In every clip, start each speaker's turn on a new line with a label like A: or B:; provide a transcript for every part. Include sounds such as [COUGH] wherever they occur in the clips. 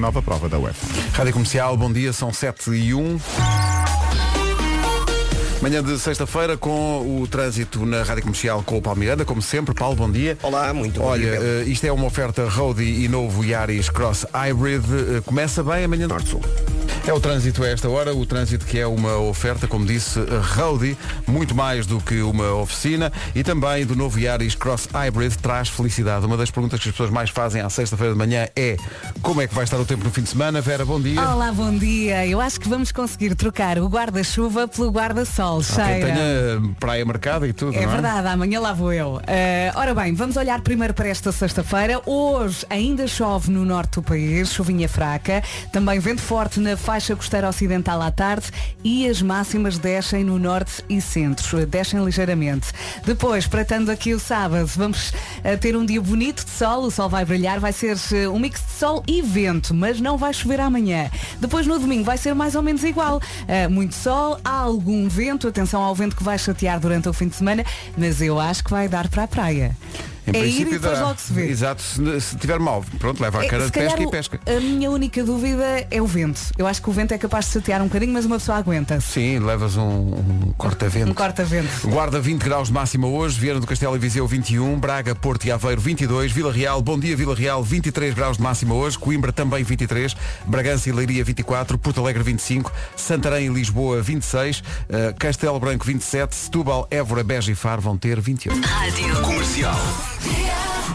A: nova prova da UEFA.
B: Rádio Comercial, bom dia, são 7 e 1. Manhã de sexta-feira com o trânsito na Rádio Comercial com o Paulo Miranda, como sempre. Paulo, bom dia.
C: Olá, muito bom
B: Olha,
C: dia, Pedro.
B: eh, isto é uma oferta Roadie e novo Yaris Cross Hybrid. Eh, Começa bem amanhã Norte-Sul. É o trânsito a esta hora, o trânsito que é uma oferta, como disse, Roadie, muito mais do que uma oficina, e também do novo Yaris Cross Hybrid traz felicidade. Uma das perguntas que as pessoas mais fazem à sexta-feira de manhã é como é que vai estar o tempo no fim de semana? Vera, bom dia.
D: Olá, bom dia. Eu acho que vamos conseguir trocar o guarda-chuva pelo guarda-sol.
B: Quem
D: Cheira.
B: tenha hum, praia marcada e tudo,
D: É
B: não é?
D: verdade, amanhã lá vou eu. Eh, ora bem, vamos olhar primeiro para esta sexta-feira. Hoje ainda chove no norte do país, chuvinha fraca. Também vento forte na faixa costeira ocidental à tarde e as máximas descem no norte e centro. eh, Descem ligeiramente. Depois, tratando aqui o sábado, vamos eh, ter um dia bonito de sol. O sol vai brilhar, vai ser eh, um mix de sol e vento, mas não vai chover amanhã. Depois no domingo vai ser mais ou menos igual. Eh, muito sol, há algum vento, atenção ao vento que vai chatear durante o fim de semana, mas eu acho que vai dar para a praia. é ir e depois
B: dará.
D: logo se vê.
B: Exato, se, se tiver mal, pronto, leva a
D: É,
B: cara
D: se
B: de
D: calhar
B: pesca e
D: o-
B: pesca.
D: A minha única dúvida é o vento. Eu acho que o vento é capaz de chatear um bocadinho, mas uma pessoa aguenta-se.
B: Sim, levas um, um corta-vento.
D: Um corta-vento.
B: Guarda 20 graus de máxima hoje, Viana do Castelo e Viseu 21, Braga, Porto e Aveiro 22, Vila Real, Bom Dia Vila Real 23 graus de máxima hoje, Coimbra também 23, Bragança e Leiria 24, Porto Alegre 25, Santarém e Lisboa 26, eh, Castelo Branco 27, Setúbal, Évora, Beja e Faro vão ter 28.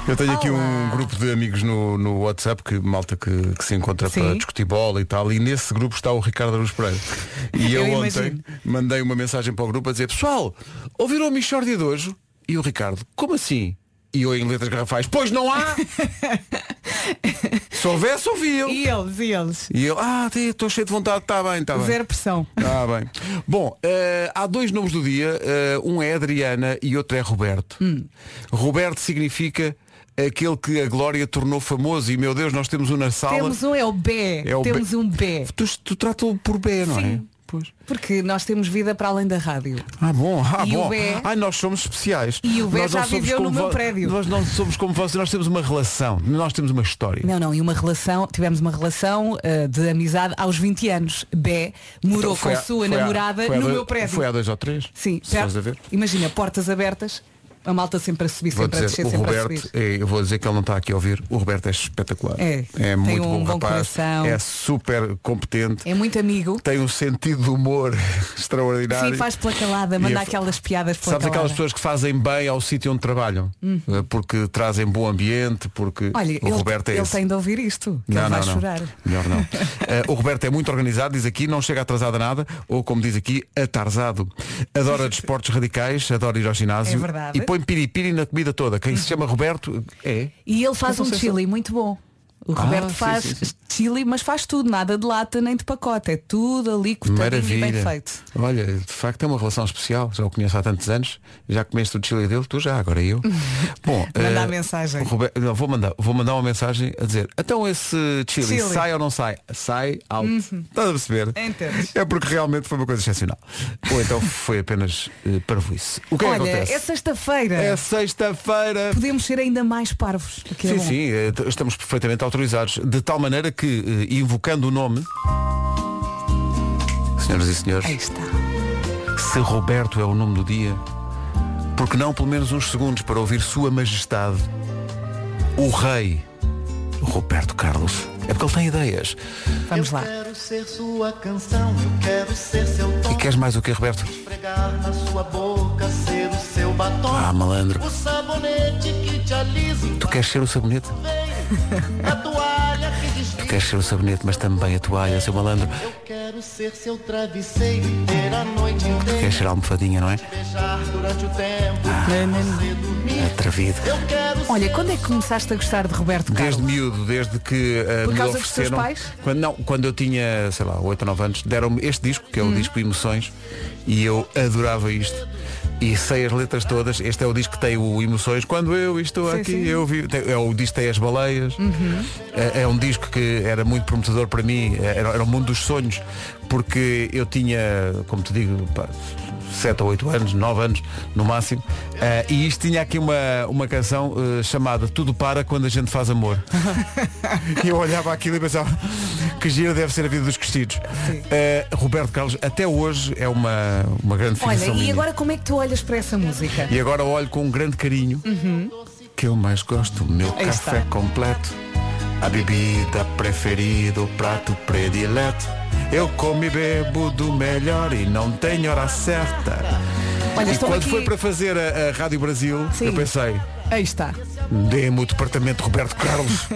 B: Eu tenho aqui um grupo de amigos no, no WhatsApp, que malta que, que se encontra
D: Sim.
B: para discutir bola e tal, e nesse grupo está o Ricardo Aruz Pereira. E eu,
D: Eu
B: ontem
D: imagino.
B: mandei uma mensagem para o grupo a dizer, pessoal, ouviram a Michórdia de hoje? E o Ricardo, como assim? E eu em letras garrafais, pois não
D: [LAUGHS]
B: há! Se houvesse, ouviam!
D: E eles, e eles.
B: E eu, ah, estou cheio de vontade, está bem, está bem.
D: Zero pressão.
B: Ah, bem. Bom, eh, há dois nomes do dia, eh, um é Adriana e outro é Roberto.
D: Hum.
B: Roberto significa aquele que a Glória tornou famoso e meu Deus, nós temos um na sala.
D: Temos um é o B.
B: É o B.
D: Temos um B.
B: Tu, tu tratas-o por B, não é?
D: Sim.
B: Pois.
D: Porque nós temos vida para além da rádio.
B: Ah bom, ah
D: E o
B: bom.
D: B?
B: Ai, nós somos especiais.
D: E o B
B: Nós não
D: já
B: somos
D: viveu
B: como
D: no meu
B: vo-
D: prédio.
B: Nós não somos como vocês, nós temos uma relação, nós temos uma história.
D: Não, não, e uma relação, tivemos uma relação ah, de amizade aos 20 anos. Bé morou
B: Então, foi
D: com
B: há-
D: a sua
B: foi há-
D: namorada
B: foi há
D: no
B: dois-
D: meu prédio.
B: Foi há dois ou três?
D: Sim,
B: se fores a ver.
D: imagina, portas abertas, a malta sempre a subir,
B: Vou
D: sempre a
B: dizer,
D: descer,
B: o
D: sempre a
B: Roberto,
D: subir.
B: eh, eu vou dizer que ele não está aqui a ouvir, o Roberto é espetacular.
D: É, tem
B: muito
D: um
B: bom
D: bom
B: rapaz,
D: coração.
B: é super competente,
D: É muito amigo.
B: tem um sentido de humor [LAUGHS] extraordinário.
D: Sim, faz pela calada,
B: E
D: manda
B: a-
D: aquelas piadas pela
B: Sabes
D: calada.
B: aquelas pessoas que fazem bem ao sítio onde trabalham? Eh, Porque trazem bom ambiente, porque
D: Hum. Olha,
B: o
D: ele,
B: Roberto é
D: ele
B: esse.
D: tem de ouvir isto, que ele vai chorar.
B: Melhor
D: [LAUGHS]
B: não. Eh, o Roberto é muito organizado, diz aqui, não chega atrasado a nada, ou como diz aqui, atarzado. Adora
D: [LAUGHS]
B: desportos radicais, adora ir ao ginásio.
D: É verdade. Uhum.
B: E põe piripiri na comida toda. Quem se chama Roberto é.
D: E ele faz um chili muito bom. O
B: Ah,
D: Roberto
B: sim,
D: faz
B: sim, sim.
D: chili, mas faz tudo, nada de lata nem de pacote, é tudo ali cortadinho e
B: Maravilha.
D: bem feito.
B: Olha, de facto é uma relação especial, já o conheço há tantos anos, já comeste o chili dele, tu já, agora
D: [LAUGHS]
B: eu. Bom,
D: Manda
B: eh,
D: a mensagem.
B: Robe- não, vou, mandar, vou mandar uma mensagem a dizer, então esse chili,
D: Chili. Uhum. Então,
B: sai ou não sai? Sai out. Estás a perceber?
D: Entendes.
B: É porque realmente foi uma coisa excepcional. Ou então foi apenas eh, parvoíce. O que é que
D: Olha,
B: acontece?
D: é sexta-feira.
B: É sexta-feira.
D: Podemos ser ainda mais parvos. o que é
B: Sim,
D: bom.
B: sim, eh, t- estamos perfeitamente autorizados. De tal maneira que, eh, invocando o nome. Senhoras e senhores.
D: Aí está.
B: Se Roberto é o nome do dia, porque não pelo menos uns segundos para ouvir Sua Majestade, o Rei Roberto Carlos? É porque ele tem ideias.
D: Vamos lá.
E: Quero ser sua canção, eu quero ser seu
B: E
E: tom.
B: queres mais o que, Roberto?
E: Esfregar na sua boca, ser o seu batom.
B: Ah, malandro.
E: O sabonete que te alisa.
B: Tu queres ser o sabonete?
E: vem, A toalha que
B: Tu
E: desliza.
B: queres ser o sabonete, mas também a toalha, seu malandro.
E: Eu quero ser seu travesseiro, ter a noite inteira.
B: Queres ser a almofadinha, não é?
E: Beijar durante o tempo,
B: Ah.
E: você dormir.
B: Atrevido.
E: Eu quero ser
D: Olha, quando é que começaste a gostar de Roberto Carlos?
B: Desde miúdo, desde que ah,
D: Por
B: me
D: causa dos teus
B: ofereceram.
D: pais?
B: Quando, não, quando eu tinha,
D: Hum.
B: sei lá, 8 ou 9 anos, deram-me este disco, que é o disco Emoções, e eu adorava isto. E sei as letras todas. Este é o disco que tem o Emoções. Quando eu estou
D: Sim,
B: aqui,
D: sim. Uhum.
B: eu vi. tem- É o disco que tem as baleias. É, é um disco que era muito prometedor para mim. é, Era, era o mundo dos sonhos. Porque eu tinha, como te digo, pá, sete ou oito anos, nove anos no máximo. Eh, e isto tinha aqui uma, uma canção eh, chamada Tudo Para Quando a Gente Faz Amor. E eu olhava aquilo e pensava que giro deve ser a vida dos crescidos.
D: Sim.
B: Eh, Roberto Carlos, até hoje é uma, uma grande
D: Olha,
B: fixação
D: e
B: minha.
D: agora como é que tu olhas para essa música?
B: E agora olho com um grande carinho que eu mais gosto, o meu
D: Uhum. Aí
B: café
D: está.
B: completo, a bebida preferida, o prato predileto. Eu como e bebo do melhor e não tenho hora certa.
D: Olha,
B: e
D: estou
B: quando
D: aqui-
B: foi para fazer a, a Rádio Brasil,
D: Sim.
B: eu pensei,
D: Aí está.
B: dê-me o departamento Roberto
D: [LAUGHS]
B: Carlos.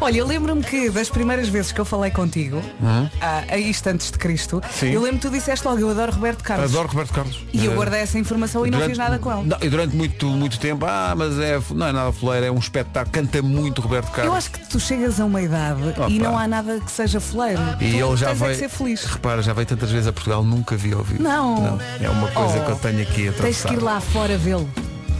D: Olha, eu lembro-me que das primeiras vezes que eu falei contigo, ah, a isto antes de Cristo,
B: Sim.
D: eu lembro que tu disseste logo, eu adoro Roberto Carlos.
B: Adoro Roberto Carlos.
D: E eu
B: Eh,
D: guardei essa informação e não fiz nada com ele.
B: Não, e durante muito, muito tempo, ah, mas é, não é nada fuleiro, é um espetáculo, canta muito Roberto Carlos.
D: Eu acho que tu chegas a uma idade e
B: Opa.
D: não há nada que seja foleiro.
B: E
D: tu
B: ele já
D: tens é
B: vai.
D: que ser feliz.
B: Repara, já veio tantas vezes a Portugal, nunca vi ao vivo.
D: Não.
B: É uma coisa
D: Oh.
B: que eu tenho aqui a
D: Tens que ir lá fora vê-lo.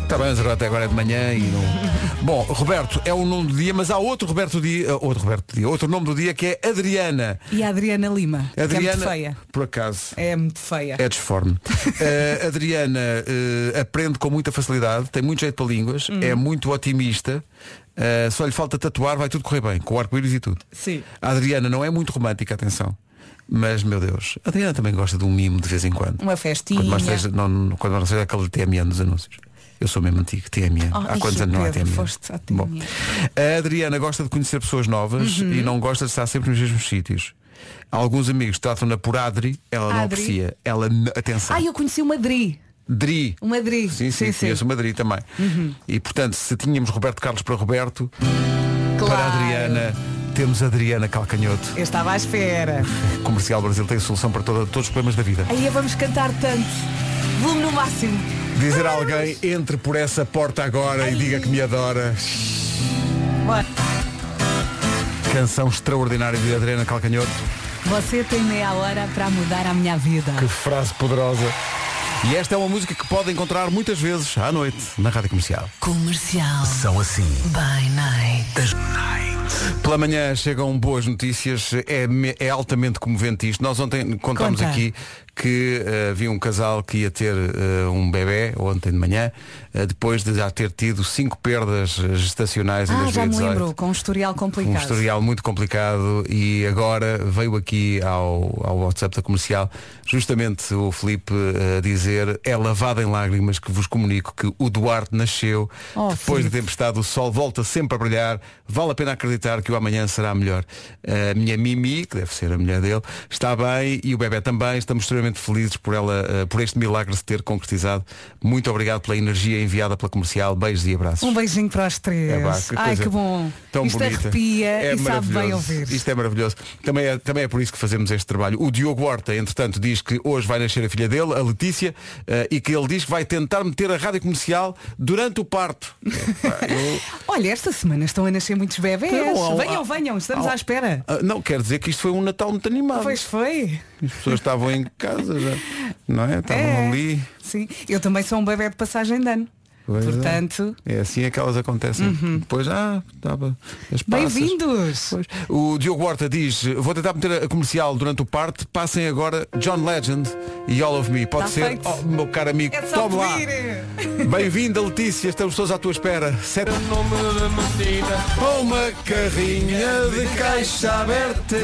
B: Está bem, mas agora até agora é de manhã e
D: [LAUGHS]
B: não. Bom, Roberto, é o nome do dia, mas há outro Roberto dia, outro Roberto dia, outro nome do dia que é Adriana.
D: E a Adriana Lima, que é
B: Adriana,
D: muito feia.
B: por acaso,
D: É muito feia.
B: É disforme. [LAUGHS] Eh, Adriana eh, aprende com muita facilidade, tem muito jeito para línguas, é muito otimista, eh, só lhe falta tatuar, vai tudo correr bem, com o arco-íris e tudo.
D: Sim.
B: A Adriana não é muito romântica, atenção. Mas, meu Deus, a Adriana também gosta de um mimo de vez em quando.
D: Uma festinha.
B: Quando nós seja, não, não- quando nós seja aquele TMN dos anúncios. Eu sou mesmo antigo, TMN.
D: Oh,
B: Há quantos
D: ai,
B: anos não é há
D: Pedro,
B: TMN?
D: foste à TMN.
B: Bom, a Adriana gosta de conhecer pessoas novas
D: Uhum.
B: e não gosta de estar sempre nos mesmos sítios. Alguns amigos tratam-na por Adri, ela não
D: Adri.
B: aprecia. Ela, n- atenção,
D: Ah, eu conheci o Madri.
B: Dri.
D: O Madri.
B: Sim, sim, conheço o Madrid também.
D: Uhum.
B: E portanto, se tínhamos Roberto Carlos para Roberto, para
D: Claro.
B: Adriana, temos Adriana Calcanhoto.
D: Eu estava à espera.
B: Comercial Brasil tem solução para toda- todos os problemas da vida.
D: Aí é, vamos cantar tanto. Volume no máximo.
B: Dizer a alguém, entre por essa porta agora e diga que me adora.
D: Bora.
B: Canção extraordinária de Adriana Calcanhoto.
D: Você tem meia hora para mudar a minha vida.
B: Que frase poderosa. E esta é uma música que pode encontrar muitas vezes à noite na Rádio Comercial.
A: Comercial.
C: São assim
A: By night.
C: as nights.
B: Pela manhã chegam boas notícias, é, me- é altamente comovente isto. Nós ontem contámos
D: Conta.
B: aqui que eh, havia um casal que ia ter eh, um bebê ontem de manhã, eh, depois de já ter tido cinco perdas eh, gestacionais em
D: Ah, já me
B: 2018.
D: lembro, com um historial complicado.
B: Um historial muito complicado e agora veio aqui ao, ao WhatsApp da comercial justamente o Felipe a dizer é lavado em lágrimas que vos comunico que o Duarte nasceu.
D: Oh,
B: Depois
D: Filipe.
B: da tempestade o sol volta sempre a brilhar. Vale a pena acreditar que o amanhã será melhor. A minha Mimi, que deve ser a mulher dele, está bem e o bebê também. Estamos extremamente felizes por ela, eh, por este milagre se ter concretizado. Muito obrigado pela energia enviada pela comercial. Beijos e abraços.
D: Um beijinho para os três.
B: É, pá, que
D: Ai,
B: coisa
D: que bom.
B: Tão
D: Isto
B: bonita.
D: arrepia
B: É
D: e sabe bem
B: maravilhoso.
D: ouvir.
B: Isto é maravilhoso. Também é, também é por isso que fazemos este trabalho. O Diogo Horta, entretanto, diz que hoje vai nascer a filha dele, a Letícia, eh, e que ele diz que vai tentar meter a rádio comercial durante o
D: [LAUGHS]
B: parto. Epá, eu-
D: Olha, esta semana estão a nascer muitos bebés.
B: é- Não, há-
D: venham, venham, estamos
B: há-
D: à espera.
B: Ah, não, quer dizer que isto foi um Natal muito animado.
D: Pois foi.
B: As pessoas estavam em casa já. Não é? Estavam
D: É.
B: ali.
D: Sim. Eu também sou um bebé de passagem de ano.
B: Pois é.
D: Portanto,
B: É assim é que elas acontecem.
D: Uhum.
B: Depois, ah, estava as passas.
D: bem-vindos.
B: Pois. O Diogo Horta diz, vou tentar meter a comercial durante o parte, passem agora John Legend e All of Me. Pode
D: Tá
B: ser,
D: feito.
B: oh, meu caro amigo,
D: É só
B: tome lá.
D: pedir. [LAUGHS]
B: Bem-vinda Letícia, estamos todos à tua espera. Sete... Uma carrinha de caixa aberta.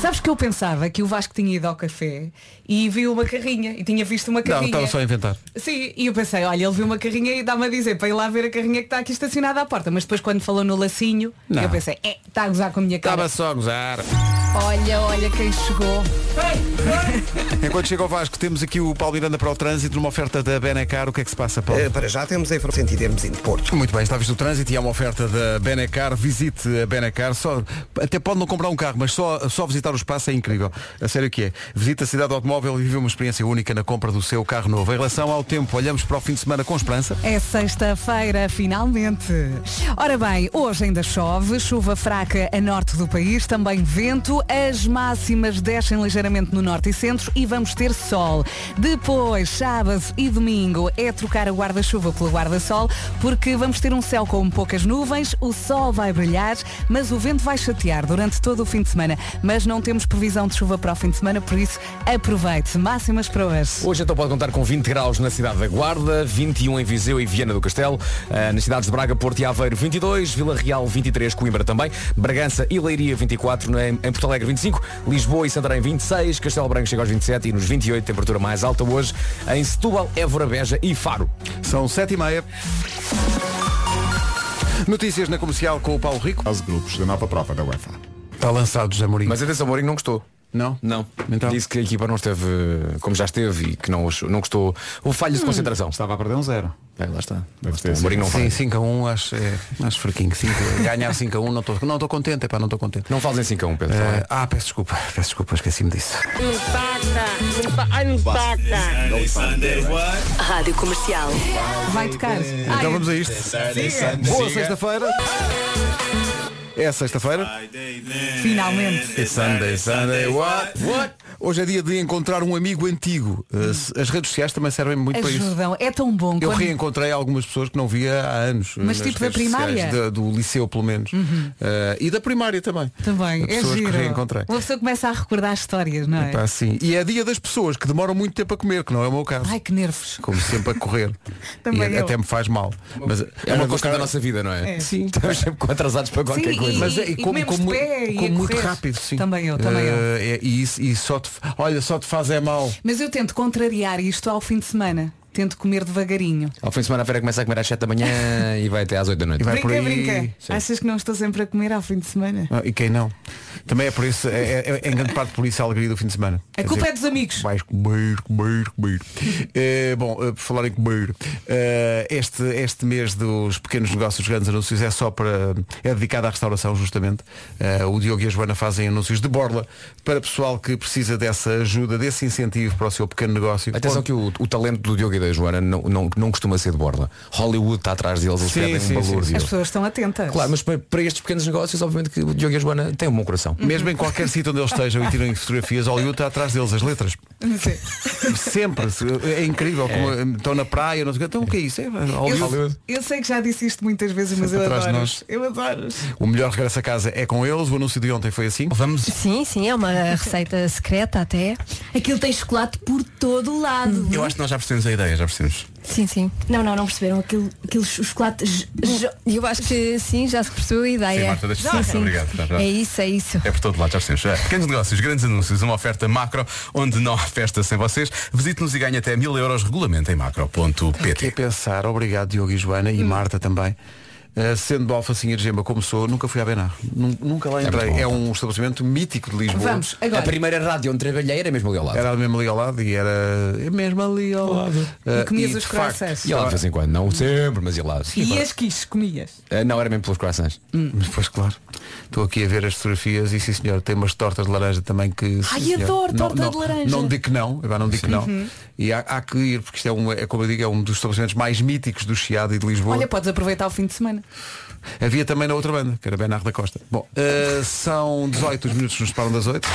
D: Sabes que eu pensava que o Vasco tinha ido ao café e viu uma carrinha e tinha visto uma
B: Não,
D: carrinha. Tá
B: estava só a inventar.
D: Sim, e eu pensei, olha, ele viu uma carrinha e dá-me a dizer para ir lá ver a carrinha que está aqui estacionada à porta. Mas depois quando falou no lacinho,
B: Não.
D: eu pensei, é, está a gozar com a minha cara.
B: Estava só a gozar.
D: Olha, olha quem chegou.
B: [LAUGHS] Enquanto chega ao Vasco, temos aqui o Paulo Miranda para o trânsito numa oferta da Benecar. O que é que se passa, Paulo?
F: Eh, Para já temos a informação sentido termos de Porto.
B: Muito bem, está visto o trânsito e há uma oferta da Benecar. Visite a Benecar. Só, até pode não comprar um carro, mas só, só visitar o espaço é incrível. A sério que é. Visite a cidade do automóvel e vive uma experiência única na compra do seu carro novo. Em relação ao tempo, olhamos para o fim de semana com esperança.
D: É sexta-feira, finalmente. Ora bem, hoje ainda chove, chuva fraca a norte do país, também vento. Porto. As máximas descem ligeiramente no norte e centro e vamos ter sol. Depois, sábado e domingo, é trocar a guarda-chuva pelo guarda-sol, porque vamos ter um céu com poucas nuvens, o sol vai brilhar, mas o vento vai chatear durante todo o fim de semana. Mas não temos previsão de chuva para o fim de semana, por isso aproveite. Máximas para hoje.
C: Hoje então pode contar com 20 graus na cidade da Guarda, 21 em Viseu e Viana do Castelo, eh, nas cidades de Braga, Porto e Aveiro 22, Vila Real 23, Coimbra também, Bragança e Leiria 24, né, em Porto Alegre 25, Lisboa e Santarém 26, Castelo Branco chega aos 27 e nos 28 temperatura mais alta hoje em Setúbal, Évora, Beja e Faro.
B: São sete e meia. Notícias na comercial com o Paulo Rico.
G: aos grupos da nova prova da UEFA.
B: Está lançado José Mourinho.
C: Mas atenção, Mourinho não gostou.
B: Não?
C: Não,
B: Então?
C: disse que a equipa não esteve eh, como já esteve e que não, não gostou. Houve falhas de concentração.
G: Estava a perder um zero.
C: É, lá está.
G: Deve ter
C: O
H: assim.
G: sido.
C: Mourinho não
B: Sim,
C: faz.
B: 5 a 1, acho, é, acho fraquinho. Cinco- ganhar 5 a 1, não estou não estou contente, epá, não estou contente.
C: Não fazem 5 a 1, Pedro. está Tá bem?
B: Eh, ah, peço desculpa, peço desculpa, esqueci-me disso.
A: Rádio Comercial.
D: Vai tocar. Ai,
B: Então vamos a isto. Boa sexta-feira. É sexta-feira.
D: Ah, finalmente.
B: Sunday, Sunday, what? What? Hoje é dia de encontrar um amigo antigo. Eh, se- As redes sociais também servem muito para isso.
D: Ajudam. É tão bom.
B: Eu
D: quando-
B: reencontrei algumas pessoas que não via há anos.
D: Mas
B: nas
D: tipo da
B: redes sociais,
D: primária? Uhum.
B: da- do liceu, pelo menos. Eh, e da primária também.
D: Também, é
B: pessoas
D: giro.
B: que reencontrei.
D: Uma pessoa começa a recordar histórias, não é?
B: Pá, sim. E é dia das pessoas que demoram muito tempo a comer, que não é o meu caso.
D: Ai, que nervos.
B: Como sempre a correr.
D: [LAUGHS] Também
B: e
D: eu.
B: até me faz mal. Mas
C: É uma costa da nossa vida, não é?
D: É.
B: Sim.
C: Estamos sempre com atrasados para qualquer
D: Sim,
C: coisa.
D: e-
B: Mas é, e como,
D: comemos
B: como,
D: de pé e
B: como
D: a
B: muito
D: correr.
B: rápido, sim.
D: Também eu, também eu.
B: Eh, é- e, isso- e só te, olha, só te faz é mal.
D: Mas eu tento contrariar isto ao fim de semana. Tento comer devagarinho.
C: Ao fim de semana a feira começa a comer às 7 da manhã e vai até às 8 da noite.
B: E vai-
D: brinca,
B: por aí.
D: brinca.
C: Sim.
D: Achas que não estou sempre a comer ao fim de semana?
B: Ah, e quem não? Também é por isso, é, é- é em grande parte por isso a alegria do fim de semana.
D: A
B: Quer
D: culpa
B: dizer,
D: é dos amigos.
B: Vais comer, comer, comer. Eh, bom, eh, por falar em comer, eh, este, este mês dos pequenos negócios, grandes anúncios, é só para. é dedicado à restauração, justamente. Eh, o Diogo e a Joana fazem anúncios de borla para pessoal que precisa dessa ajuda, desse incentivo para o seu pequeno negócio.
C: Atenção
B: Onde-
C: que o, o talento do Diogo e da Joana não, não, não costuma ser de borla. Hollywood está atrás deles, eles
B: Sim,
C: pedem
B: sim,
C: um
B: sim,
C: valor
B: sim.
D: As
C: deles.
D: pessoas estão atentas. [LAUGHS]
C: Claro, mas para, para estes pequenos negócios, obviamente que o Diogo e a Joana têm um bom coração.
B: Mesmo em qualquer sítio onde eles estejam e tirem fotografias, Hollywood está atrás deles as letras.
D: Não sei.
B: [LAUGHS] Sempre. se- É incrível. como, eh, estão na praia, não sei o quê. Então o que é isso? É,
D: Eu, eu sei que já disse isto muitas vezes, mas eu
B: Sempre atrás de
D: adoro.
B: nós.
D: Eu adoro.
B: O melhor regresso a casa é com eles. O anúncio de ontem foi assim.
C: Vamos.
I: Sim, sim, é uma
J: [LAUGHS]
I: receita secreta até. Aquilo tem chocolate por todo o lado.
K: Eu acho que nós já percebemos a ideia, já percebemos.
I: Sim, sim.
L: Não, não, não perceberam. Aquilo, aquilo o chocolate. j- j-
I: Eu acho que sim, já se percebeu a ideia.
K: Sim, Marta, deixa-te
I: sim,
K: saber.
I: sim.
K: Obrigado, já, já.
I: É isso, é isso.
K: É por todo lado, já percebemos. É. Pequenos negócios, grandes anúncios, uma oferta macro, onde não há festa sem vocês. Visite-nos e ganhe até mil euros, regulamento em
B: Fiquei a
K: macro.pt.
B: pensar, obrigado Diogo e Joana
D: Hum.
B: e Marta também. Uh, sendo de Alfacinha de Gema como sou, nunca fui à Benar. Nun- Nunca lá entrei.
C: muito
B: É,
C: bom.
B: um estabelecimento mítico de Lisboa.
D: Vamos,
C: A
D: agora.
C: primeira rádio onde trabalhei era mesmo ali ao lado.
B: Era mesmo ali ao lado e era é mesmo ali ao lado. Uh,
D: E comias
B: de
D: os
B: facto,
D: croissants.
C: E lá de vez em quando, não sempre, mas ia lá.
D: E as quis, comias.
C: Ah, Não, era mesmo pelos corações.
B: Mas, Pois claro. Estou aqui a ver as fotografias e sim senhor, tem umas tortas de laranja também que. sim,
I: Ai,
B: senhor.
I: adoro
B: não,
I: torta
B: não,
I: de laranja. Uhum.
B: Não digo que não, epá, não digo que não. E há, há que ir, porque isto é um, é, como eu digo, é um dos estabelecimentos mais míticos do Chiado e de Lisboa.
D: Olha, podes aproveitar o fim de semana.
B: Havia também na outra banda, que era Bernardo da Costa. Bom, eh, são 18 os minutos que nos separam das 8.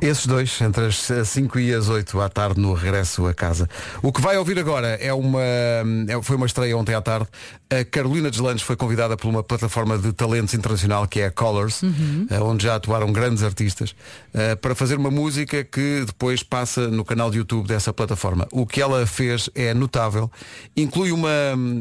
B: Esses dois, entre as 5 e as 8 à tarde, no regresso a casa. O que vai ouvir agora é uma, é- foi uma estreia ontem à tarde. A Carolina Deslandes foi convidada por uma plataforma de talentos internacional que é a Colors, eh, onde já atuaram grandes artistas, eh, para fazer uma música que depois passa no canal de YouTube dessa plataforma. O que ela fez é notável. Inclui uma,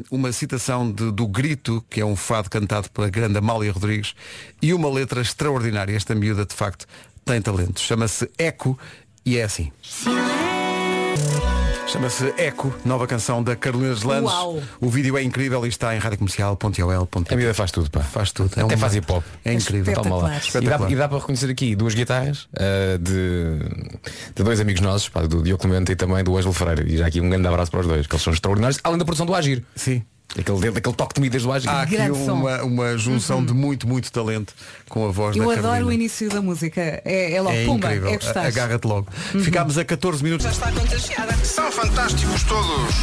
B: uma citação de- do Grito, que é um fado cantado pela grande Amália Rodrigues, e uma letra extraordinária. Esta miúda, de facto, tem talento. Chama-se Eco e é assim. Chama-se Eco, nova canção da Carolina Deslandes.
D: Uau.
B: O vídeo é incrível e está em radiocomercial.ol.pt.
C: A miúda faz tudo, pá.
B: Faz tudo. É
C: Até
B: uma-
C: faz hip hop.
B: É incrível.
D: Espetacular.
C: Toma lá. E dá,
B: Espetacular.
C: e dá para reconhecer aqui duas guitarras ah, de, de dois amigos nossos, pá, do Diogo Clemente e também do Ângelo Freire. E já aqui um grande abraço para os dois, que eles são extraordinários, além da produção do Agir.
B: Sim.
C: Daquele, daquele toque de medidas do Agir.
B: Há aqui
D: Grande som. Uhum.
B: uma, uma junção de muito, muito talento com a voz
D: Eu
B: da
D: adoro
B: Carolina.
D: o início da música. É, é logo,
B: É
D: pumba,
B: incrível.
D: é Uhum. gostar.
B: Agarra-te logo. Ficámos a 14 minutos.
G: São fantásticos todos.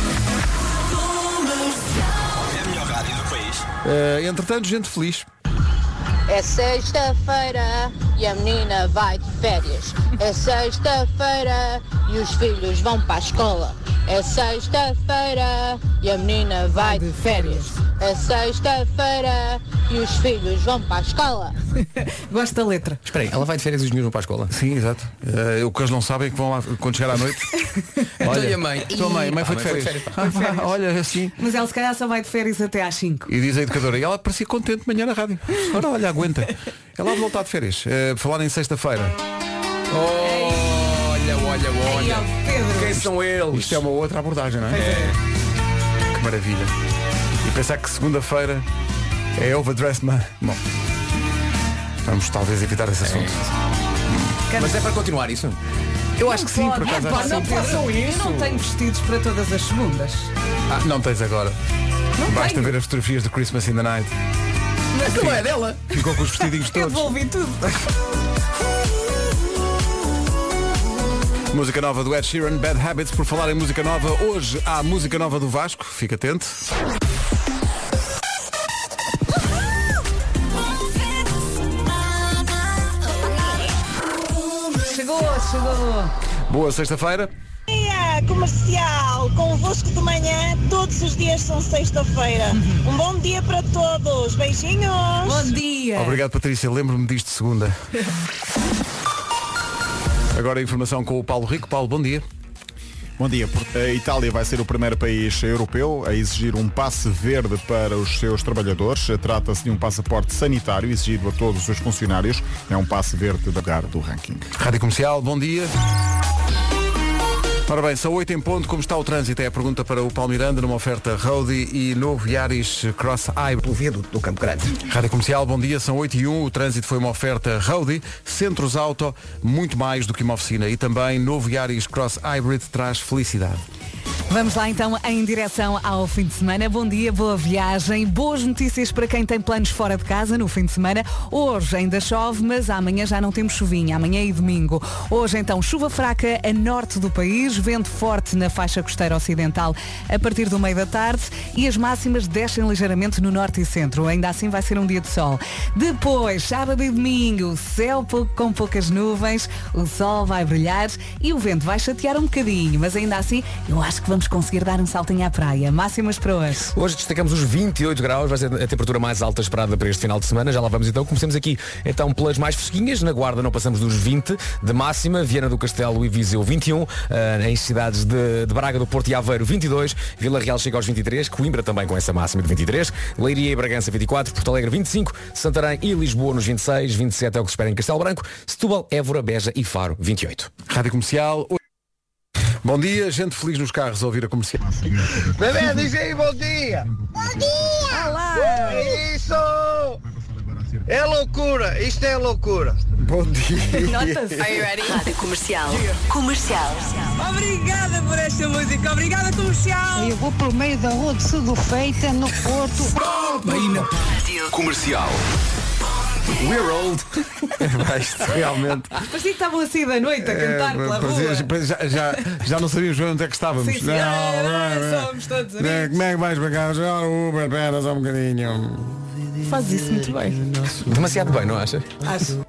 B: É Eh, entretanto, gente feliz.
M: É sexta-feira e a menina vai de férias. É sexta-feira e os filhos vão para a escola. É sexta-feira e a menina vai de férias. É sexta-feira e os filhos vão para a escola.
D: Gosto da letra.
C: Espera aí, ela vai de férias e os miúdos vão para a escola?
B: Sim, exato. Eh, o que eles não sabem é que vão lá quando chegar à noite.
C: [LAUGHS] Olha, e a mãe?
B: Tua mãe, mãe
C: Ah,
B: foi de
C: mãe foi de
B: férias.
C: férias.
B: Ah, ah, [LAUGHS] Olha, assim.
D: Mas ela se calhar só vai de férias até às 5.
B: E diz a educadora, e ela parecia contente de manhã na rádio. Ora, olha, aguenta. Ela há de voltar de férias. Eh, por falar em sexta-feira.
C: Olha, olha, olha. Quem são eles?
B: Isto é uma outra abordagem, não é?
C: é.
B: Que maravilha. E pensar que segunda-feira é overdress man. Bom. Vamos talvez evitar esse assunto.
C: Mas é para continuar isso?
B: Eu acho que sim, por acaso. acho que sim.
D: Eu não tenho vestidos para todas as segundas.
B: Ah, não tens agora. Basta ver as fotografias de Christmas in the Night.
D: Mas
B: não
D: é dela.
B: Ficou com os [LAUGHS] vestidinhos
D: Eu
B: todos.
D: devolvi tudo.
B: Música nova do Ed Sheeran, Bad Habits, por falar em música nova, hoje há música nova do Vasco, fica atento.
D: Chegou, chegou.
B: Boa sexta-feira.
N: dia, comercial, convosco de manhã, todos os dias são sexta-feira.
J: Uhum.
N: Um bom dia para todos, beijinhos. Bom
D: dia.
B: Obrigado Patrícia, lembro-me disto de segunda. Agora a informação com o Paulo Rico. Paulo, bom dia.
H: Bom dia. Por- A Itália vai ser o primeiro país europeu a exigir um passe verde para os seus trabalhadores. Trata-se de um passaporte sanitário exigido a todos os funcionários. É um passe verde da lugar do ranking.
B: Rádio Comercial, bom dia. Ora bem, são 8 em ponto, como está o trânsito? É a pergunta para o Paulo Miranda numa oferta Roadie e novo Yaris Cross Hybrid. Pelo viaduto do Campo Grande. Rádio Comercial, bom dia, são 8 e 1, o trânsito foi uma oferta Roadie, centros auto, muito mais do que uma oficina. E também novo Yaris Cross Hybrid traz felicidade.
D: Vamos lá então em direção ao fim de semana. Bom dia, boa viagem, boas notícias para quem tem planos fora de casa no fim de semana. Hoje ainda chove, mas amanhã já não temos chuvinha, amanhã e domingo. Hoje então chuva fraca a norte do país, vento forte na faixa costeira ocidental a partir do meio da tarde e as máximas descem ligeiramente no norte e centro. Ainda assim vai ser um dia de sol. Depois, sábado e domingo, céu pou- com poucas nuvens, o sol vai brilhar e o vento vai chatear um bocadinho, mas ainda assim eu acho que vamos conseguir dar um saltinho à praia. Máximas
B: [LAUGHS]
D: para hoje.
C: Hoje destacamos os 28 graus, vai ser a temperatura mais alta esperada para este final de semana. Já lá vamos então. Comecemos aqui então pelas mais fresquinhas. Na Guarda não passamos dos 20 de máxima. Viana do Castelo e Viseu 21. ah, em cidades de, de Braga, do Porto e Aveiro 22. Vila Real chega aos 23. Coimbra também com essa máxima de 23. Leiria e Bragança 24. Porto Alegre 25. Santarém e Lisboa nos 26. 27 é o que se espera em Castelo Branco. Setúbal, Évora, Beja e Faro 28.
B: Rádio Comercial. o- Bom dia, gente feliz nos carros a ouvir a comercial.
O: Bebê, diz aí, bom dia! Bom dia! Olá! Isso! É loucura, isto é loucura!
B: Bom dia!
A: Rádio Comercial. Comercial.
P: Obrigada por esta música, obrigada comercial. Eu vou pelo meio da rua de Sudo Feita, no Porto.
G: Comercial.
B: We're old. [LAUGHS] Epá, É, isto realmente.
D: Parecia que estavam assim da noite a [LAUGHS] cantar pela
B: É, parecia-
D: rua.
B: parecia- já, já, já não sabíamos bem onde é que estávamos.
D: Sim, sim.
B: Não, é,
D: Ah,
B: não, não.
D: somos todos
B: Não,
D: amigos.
B: Como é que vais para casa? Ah, Uber, pera só um bocadinho.
D: Faz isso muito bem.
C: Demasiado bem, não acha?
D: Acho.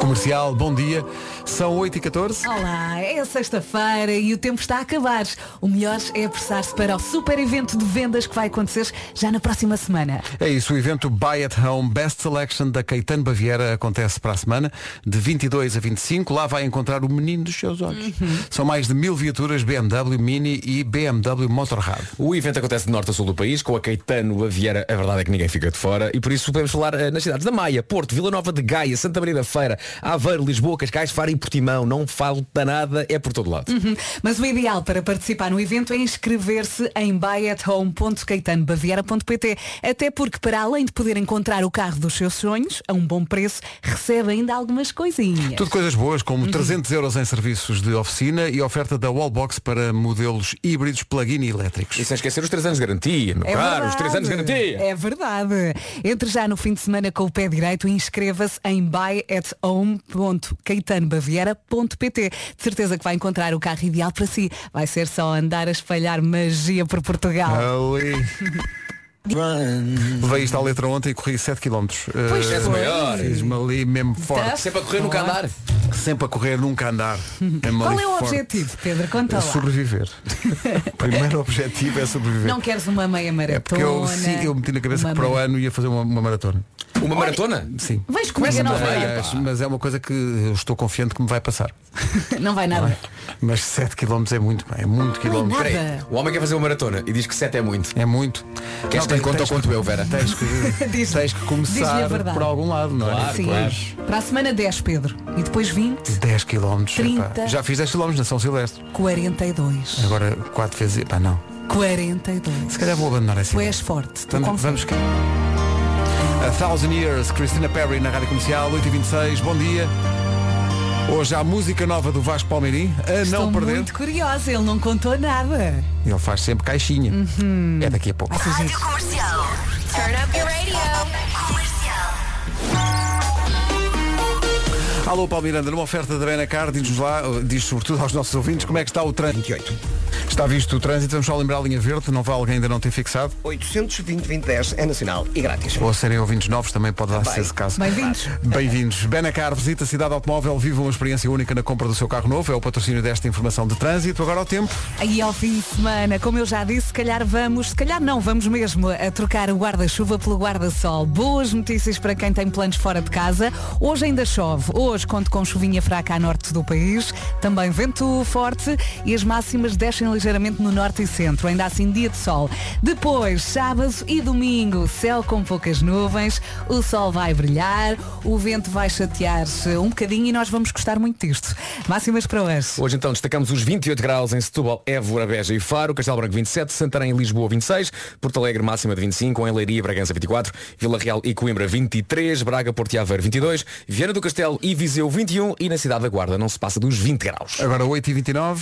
B: Comercial, bom dia. São 8 e 14
D: Olá, é sexta-feira e o tempo está a acabar. O melhor é apressar-se para o super evento de vendas que vai acontecer já na próxima semana.
B: É isso, o evento Buy at Home Best Selection da Caetano Baviera acontece para a semana, de 22 a 25. Lá vai encontrar o menino dos seus olhos.
D: Uhum.
B: São mais de mil viaturas BMW Mini e BMW Motorrad.
C: O evento acontece de norte a sul do país, com a Caetano Baviera, a verdade é que ninguém fica de fora, e por isso podemos falar eh, nas cidades da Maia, Porto, Vila Nova de Gaia, Santa Maria da Feira, Aveiro, Lisboa, Cascais, Faro e Portimão. Não falta nada, é por todo lado.
D: Uhum. Mas o ideal para participar no evento é inscrever-se em buyathome.caetanobaviera.pt Até porque para além de poder encontrar o carro dos seus sonhos a um bom preço, recebe ainda algumas coisinhas.
B: Tudo coisas boas,
D: Uhum.
B: como 300 euros em serviços de oficina e oferta da Wallbox para modelos híbridos plug-in e elétricos.
C: E sem esquecer os 3 anos de garantia, meu
D: É
C: caro, os
D: verdade.
C: 3 anos de garantia.
D: É verdade. Entre já no fim de semana com o pé direito e inscreva-se em buyathome.caetanobaviera.pt De certeza que vai encontrar o carro ideal
B: Ah, [LAUGHS]
D: para si. Vai ser só andar a espalhar magia por Portugal.
B: Ali. Levei isto à letra ontem e corri 7 km.
C: Pois És o foi. maior.
B: Fiz-me ali mesmo forte.
C: Tough. Sempre a correr, nunca a andar.
B: Sempre a correr, nunca a andar. Mesmo
D: Qual
B: ali
D: é o
B: forte.
D: objetivo, Pedro? Conta
B: É
D: Tá lá. [LAUGHS]
B: sobreviver. O Primeiro objetivo é sobreviver.
D: Não queres uma meia maratona?
B: É Porque eu, sim, eu meti na cabeça que para o ano ia fazer uma, uma maratona.
C: Uma maratona?
B: Sim.
D: Vais comigo Começa a
B: mas,
D: nova meia,
B: mas, mas é uma coisa que eu estou confiante que me vai passar.
D: Não vai nada.
B: Mas 7 km é muito, pá, é muito quilómetro.
C: Espera aí, O homem quer fazer uma maratona e diz que 7 é muito.
B: É muito.
C: Queres
B: Não,
C: que lhe
B: tens-
C: conte ou
B: tens
C: conto eu, Vera?
B: Tens que,
D: [LAUGHS]
B: tens que
D: Diz-lhe a
B: começar
D: verdade.
B: por algum lado, não é?
D: Sim. Para a semana 10, Pedro. E depois 20,
B: 10 km. epá.
D: 30.
B: Já fiz 10 km na São Silvestre.
D: 42.
B: Agora 4 vezes. Epá, não.
D: 42.
B: É. Se calhar vou abandonar essa
D: Tu
B: ideia.
D: és forte. Tu
B: Vamos, vamos que. A Thousand Years, Christina Perry na Rádio Comercial, 8h26, bom dia. Hoje há música nova do Vasco Palmeirim, a não
D: Estou
B: perder.
D: muito curiosa, ele não contou nada.
B: Ele faz sempre caixinha.
D: Uhum.
B: É daqui a pouco.
A: Rádio Comercial. Turn up your radio. Comercial.
B: Alô, Paulo Miranda, numa oferta da Benacar, diz-nos lá, eh, diz sobretudo aos nossos ouvintes, como é que está o trânsito? 28. Está visto o trânsito, vamos só lembrar a linha verde, não vai alguém ainda não ter fixado?
F: 820-2010 é nacional e grátis.
B: Ou serem ouvintes novos também pode dar-se
F: Também.
B: esse caso.
F: Bem-vindos.
B: Bem-vindos. Benacar visita a cidade automóvel, viva uma experiência única na compra do seu carro novo. É o patrocínio desta informação de trânsito. Agora ao tempo.
D: Aí ao fim de semana, como eu já disse, se calhar vamos, se calhar não, vamos mesmo a trocar o guarda-chuva pelo guarda-sol. Boas notícias para quem tem planos fora de casa. Hoje ainda chove. Hoje conto com chuvinha fraca a norte do país, também vento forte e as máximas descem ligeiramente no norte e centro. Ainda assim, dia de sol. Depois, sábado e domingo, céu com poucas nuvens, o sol vai brilhar, o vento vai chatear-se um bocadinho e nós vamos gostar muito disto. Máximas para hoje.
C: Hoje então destacamos os 28 graus em Setúbal, Évora, Beja e Faro, Castelo Branco 27, Santarém e Lisboa 26, Porto Alegre máxima de 25, em Leiria e Bragança 24, Vila Real e Coimbra 23, Braga, Porto e Aveiro 22, Viana do Castelo e Viseu 21 e na Cidade da Guarda não se passa dos 20 graus.
B: Agora 8h29.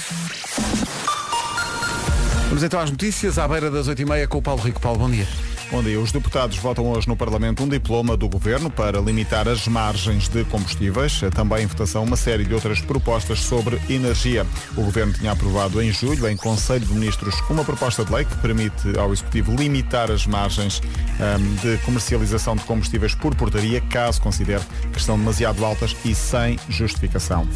B: Vamos então às notícias, à beira das 8h30 com o Paulo Rico. Paulo, bom dia.
H: Bom dia. Os deputados votam hoje no Parlamento um diploma do Governo para limitar as margens de combustíveis. É Também em votação uma série de outras propostas sobre energia. O Governo tinha aprovado em julho, em Conselho de Ministros, uma proposta de lei que permite ao Executivo limitar as margens ahm, de comercialização de combustíveis por portaria, caso considere que estão demasiado altas e sem justificação.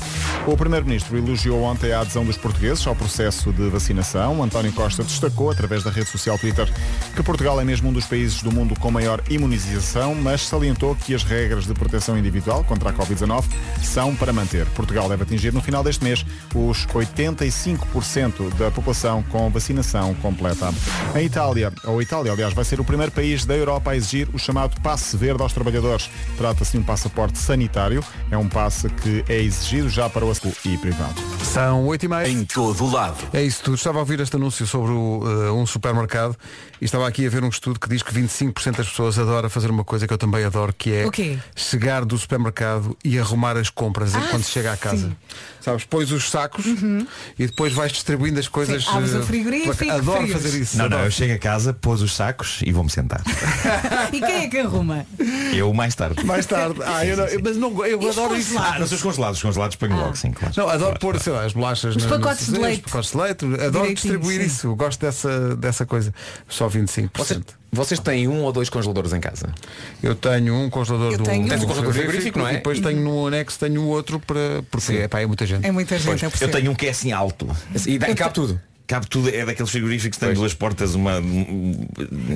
H: O Primeiro-Ministro elogiou ontem a adesão dos portugueses ao processo de vacinação. António Costa destacou, através da rede social Twitter, que Portugal é mesmo um dos países do mundo com maior imunização, mas salientou que as regras de proteção individual contra a Covid-19 são para manter. Portugal deve atingir no final deste mês os 85% da população com vacinação completa. A Itália, ou a Itália, aliás, vai ser o primeiro país da Europa a exigir o chamado passe verde aos trabalhadores. Trata-se de um passaporte sanitário, é um passe que é exigido já para o açúcar e privado.
B: São 8 e meia. Em todo lado. É isso tudo. Estava a ouvir este anúncio sobre o, eh, um supermercado e estava aqui a ver um estudo que diz que 25% das pessoas adora fazer uma coisa que eu também adoro, que é
D: O quê? Ah,
B: chegar do supermercado e arrumar as compras e quando chega à casa. Sabes, pões os sacos e depois vais distribuindo as coisas.
D: Uhum. Sim, abres o
B: eh,
D: frigorífico,
B: pela- adoro
D: frios.
B: fazer isso.
J: Não, não,
B: adoro.
J: eu chego a casa, pôs os sacos e vou-me sentar.
D: E quem é que arruma?
J: Eu mais tarde.
B: Mais tarde. Ah, eu não- eu- mas não, eu
D: E os
B: adoro isso.
D: congelados?
J: Ah, não sei os congelados, os congelados ponho logo, sim, claro.
B: Não, adoro pôr, sei lá, as bolachas
J: Os
B: na-
J: pacotes de
B: nos-
J: leite.
B: Os pacotes de leite. Adoro
J: Direitinho,
B: distribuir
J: sim.
B: isso. Gosto dessa, dessa coisa. Só 25%.
C: Vocês, vocês têm um ou dois congeladores em casa?
B: Eu tenho um congelador
C: Eu
B: do
C: tenho
B: do
C: Tens um congelador frigorífico, não é?
B: E depois tenho no anexo, tenho o outro para. Porque epá, é muita gente.
D: É muita gente, eu
J: Pois, eu
D: percebo.
J: tenho um que é assim alto.
C: E dá- e cabe tudo.
J: Cabe tudo, é daqueles frigoríficos que têm duas portas, uma.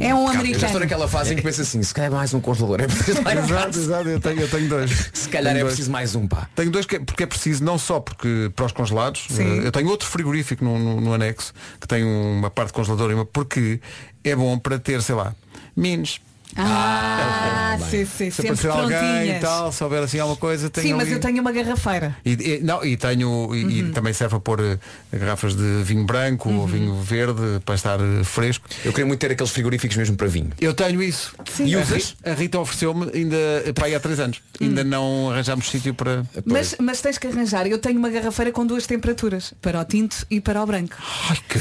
D: É um
J: cabe-
D: americano.
C: Eu já estou naquela fase em que penso assim, se calhar mais um congelador. É preciso mais
B: Exato, exato, eu tenho, eu tenho dois.
C: Se calhar é preciso mais um, pá.
B: Tenho dois que é- porque é preciso, não só porque para os congelados,
C: Sim.
B: eh, eu tenho outro frigorífico no, no- no anexo, que tem uma parte congeladora e uma, porque é bom para ter, sei lá, minos.
D: Ah,
B: bem.
D: sim, sim,
B: Se
D: sempre
B: aparecer alguém e
D: prontinhas.
B: tal, se houver assim alguma coisa, tenho
D: Sim, mas
B: ali-
D: eu tenho Uhum. uma garrafeira.
B: E, e- não, e tenho e, e também serve a pôr eh, garrafas de vinho branco
D: Uhum.
B: ou vinho verde para estar eh, fresco.
C: Eu queria muito ter aqueles frigoríficos mesmo para vinho.
B: Eu tenho isso.
C: Sim. E
B: A
C: usas?
B: Ri- A Rita ofereceu-me ainda eh, pá, aí há três anos. Ainda não arranjámos sítio para.
D: Hum. Mas, mas tens que arranjar. Eu tenho uma garrafeira com duas temperaturas, para o tinto e para o branco.